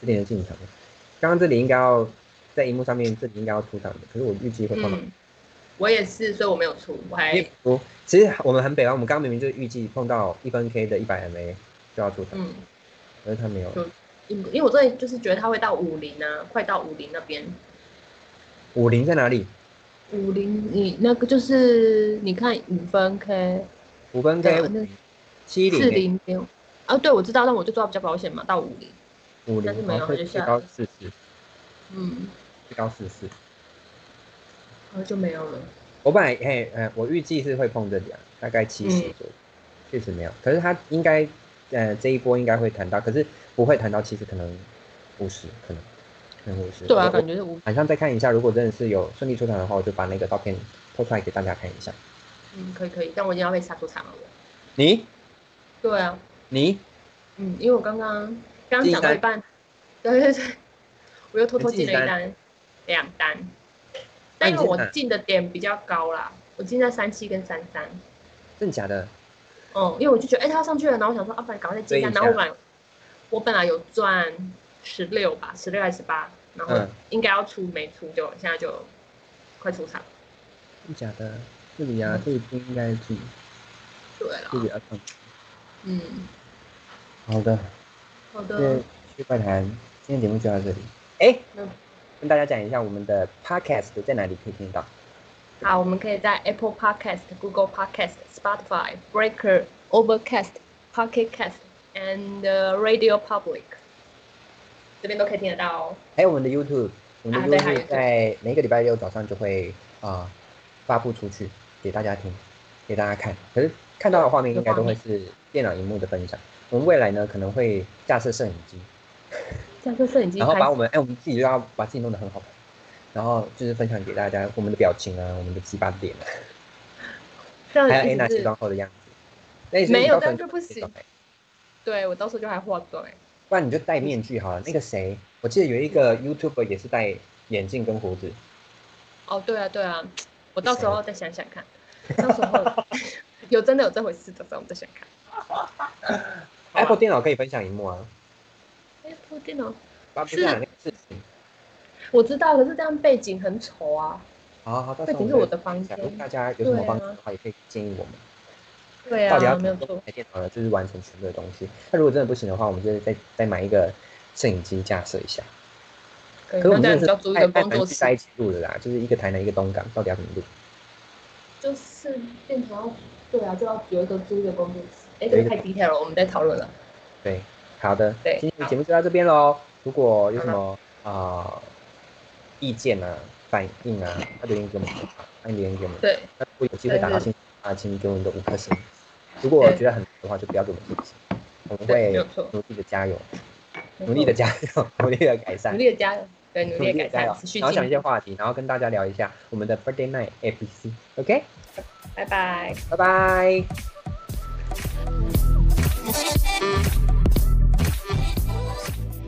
[SPEAKER 1] 十点就进场了。刚刚这里应该要在荧幕上面，这里应该要出场的，可是我预计会放到。
[SPEAKER 2] 嗯，哎我也是，所以我没有出，我还
[SPEAKER 1] 因为我其实我们很北方，我们刚刚明明就预计碰到一分 K 的一百 MA 就要出场，
[SPEAKER 2] 嗯，
[SPEAKER 1] 可是他没有。
[SPEAKER 2] 就因因为我这里就是觉得他会到五零啊，快到五零那边。
[SPEAKER 1] 五零在哪里？
[SPEAKER 2] 五零，你那个就是你看五分 K
[SPEAKER 1] 五分
[SPEAKER 2] 对
[SPEAKER 1] K
[SPEAKER 2] 啊那
[SPEAKER 1] 七
[SPEAKER 2] 四
[SPEAKER 1] 零
[SPEAKER 2] 零点啊，对我知道，但我就抓比较保险嘛，到五零，
[SPEAKER 1] 五
[SPEAKER 2] 但是
[SPEAKER 1] 零，
[SPEAKER 2] 没有
[SPEAKER 1] 然后
[SPEAKER 2] 就
[SPEAKER 1] 最
[SPEAKER 2] 下来
[SPEAKER 1] 高四四，
[SPEAKER 2] 嗯，
[SPEAKER 1] 最高四四。
[SPEAKER 2] 然后就没有了。
[SPEAKER 1] 我本来嘿，呃，我预计是会碰这里啊，大概七十
[SPEAKER 2] 嗯
[SPEAKER 1] 左右，确、实没有。可是他应该，呃，这一波应该会谈到，可是不会谈到七十，可能五十，可能可能五十。
[SPEAKER 2] 对啊，
[SPEAKER 1] 我
[SPEAKER 2] 感觉是五，
[SPEAKER 1] 晚上再看一下，如果真的是有顺利出场的话，我就把那个照片拖出来给大家看一下。
[SPEAKER 2] 嗯，可以可以，但我已经要被杀出场了。我
[SPEAKER 1] 你
[SPEAKER 2] 对啊，
[SPEAKER 1] 你
[SPEAKER 2] 嗯，因为我刚刚刚
[SPEAKER 1] 进
[SPEAKER 2] 讲到
[SPEAKER 1] 单
[SPEAKER 2] 一半，对对对，我又偷偷
[SPEAKER 1] 你进
[SPEAKER 2] 进了一
[SPEAKER 1] 单
[SPEAKER 2] 单，两单，
[SPEAKER 1] 那
[SPEAKER 2] 但
[SPEAKER 1] 你
[SPEAKER 2] 因为
[SPEAKER 1] 进
[SPEAKER 2] 我
[SPEAKER 1] 哪
[SPEAKER 2] 进的点比较高啦，我进在三七跟三三，
[SPEAKER 1] 真的假的？
[SPEAKER 2] 哦，因为我就觉得哎、他上去了，然后我想说啊，不然赶快再接一下，
[SPEAKER 1] 追一
[SPEAKER 2] 然后我本来我本来有赚十六吧，十六还是十八，然后
[SPEAKER 1] 嗯
[SPEAKER 2] 应该要出没出就现在就快出场，
[SPEAKER 1] 真的假的？这里
[SPEAKER 2] 嗯
[SPEAKER 1] 啊，这里不应该是
[SPEAKER 2] 对
[SPEAKER 1] 这呃
[SPEAKER 2] 了，
[SPEAKER 1] 里要碰。
[SPEAKER 2] 嗯，
[SPEAKER 1] 好的，
[SPEAKER 2] 好
[SPEAKER 1] 今天
[SPEAKER 2] 的，
[SPEAKER 1] 去怪谈，今天节目就到这里。哎、
[SPEAKER 2] 嗯
[SPEAKER 1] 跟大家讲一下我们的 podcast 在哪里可以听到。
[SPEAKER 2] 好，我们可以在 Apple Podcast、Google Podcast、Spotify、Breaker、Overcast、Pocket Cast and uh, Radio Public 这边都可以听得到哦。
[SPEAKER 1] 还有我们的 YouTube，我们
[SPEAKER 2] 啊
[SPEAKER 1] 的
[SPEAKER 2] 对还有
[SPEAKER 1] YouTube 在每个礼拜六早上就会啊、发布出去给大家听，给大家看。可是看到的画面应该都会是电脑荧幕的分享。我们未来呢可能会架设摄影机，
[SPEAKER 2] 这样，这摄影机
[SPEAKER 1] 然后
[SPEAKER 2] 拍
[SPEAKER 1] 把我们哎、我们自己就要把自己弄得很好看，然后就是分享给大家我们的表情啊，我们的鸡巴脸啊，
[SPEAKER 2] 这
[SPEAKER 1] 还
[SPEAKER 2] 样
[SPEAKER 1] 有 Anna
[SPEAKER 2] 嗯一直
[SPEAKER 1] 卸
[SPEAKER 2] 是
[SPEAKER 1] 妆后的样子。那你是
[SPEAKER 2] 没有
[SPEAKER 1] 到时候
[SPEAKER 2] 这样就不
[SPEAKER 1] 你
[SPEAKER 2] 行对我到时候就还化妆哎、
[SPEAKER 1] 不然你就戴面具好了。那个谁，我记得有一个 YouTuber 也是戴眼镜跟胡子，
[SPEAKER 2] 哦，对啊，对啊，我到时候再想 想看，到时候 有真的有这回事的时候，我们再想看。好啊
[SPEAKER 1] Apple 电脑可以分享荧幕啊。
[SPEAKER 2] Apple 电脑
[SPEAKER 1] 把不下来那个事情。
[SPEAKER 2] 哦我知道，可是这样背景很丑啊。
[SPEAKER 1] 好好，到时
[SPEAKER 2] 背
[SPEAKER 1] 候
[SPEAKER 2] 景是
[SPEAKER 1] 们
[SPEAKER 2] 我的房
[SPEAKER 1] 再讲如果大
[SPEAKER 2] 间，
[SPEAKER 1] 家有什么
[SPEAKER 2] 对
[SPEAKER 1] 帮
[SPEAKER 2] 啊
[SPEAKER 1] 助的话，也可以建议我们。
[SPEAKER 2] 对
[SPEAKER 1] 到底要
[SPEAKER 2] 啊，没有
[SPEAKER 1] 怎么
[SPEAKER 2] 错
[SPEAKER 1] 用，台电脑呢？就是完成全部的东西。那如果真的不行的话，我们就是再再买一个摄影机架设一下。
[SPEAKER 2] 可以，
[SPEAKER 1] 可是我
[SPEAKER 2] 那
[SPEAKER 1] 们
[SPEAKER 2] 这样
[SPEAKER 1] 真
[SPEAKER 2] 比
[SPEAKER 1] 的是太太
[SPEAKER 2] 较足一个工
[SPEAKER 1] 难
[SPEAKER 2] 作
[SPEAKER 1] 聚在一
[SPEAKER 2] 室，
[SPEAKER 1] 起录了啦，就是一个台南一个东港，到底要怎么录？
[SPEAKER 2] 就是变成要对啊，就要有一个租一个工作室。哎，
[SPEAKER 1] 有
[SPEAKER 2] 这
[SPEAKER 1] 一个
[SPEAKER 2] 个太 detail 了，我们再讨论了。
[SPEAKER 1] 对，好的，
[SPEAKER 2] 对
[SPEAKER 1] 今天的
[SPEAKER 2] 好
[SPEAKER 1] 节目就到这边喽。如果有什么啊、意见啊、反应啊，那留言给我们，欢迎留言给我们。
[SPEAKER 2] 对，
[SPEAKER 1] 那如果有机会打到
[SPEAKER 2] 对
[SPEAKER 1] 星啊，请给我们个五颗星。如果
[SPEAKER 2] 对
[SPEAKER 1] 觉得很难的话，就不要给我们星星，我们
[SPEAKER 2] 对，没有
[SPEAKER 1] 会
[SPEAKER 2] 错，
[SPEAKER 1] 努力的加油，
[SPEAKER 2] 没
[SPEAKER 1] 努力的
[SPEAKER 2] 错
[SPEAKER 1] 加油， 努力的改善
[SPEAKER 2] 嗯努，力的加油，对，努力的改
[SPEAKER 1] 加油
[SPEAKER 2] 善，持，续
[SPEAKER 1] 然后想一
[SPEAKER 2] 进
[SPEAKER 1] 些
[SPEAKER 2] 步。
[SPEAKER 1] 话题，然后跟大家聊一下我们的 Birthday Night ABC。OK，
[SPEAKER 2] 拜拜。
[SPEAKER 1] 拜拜。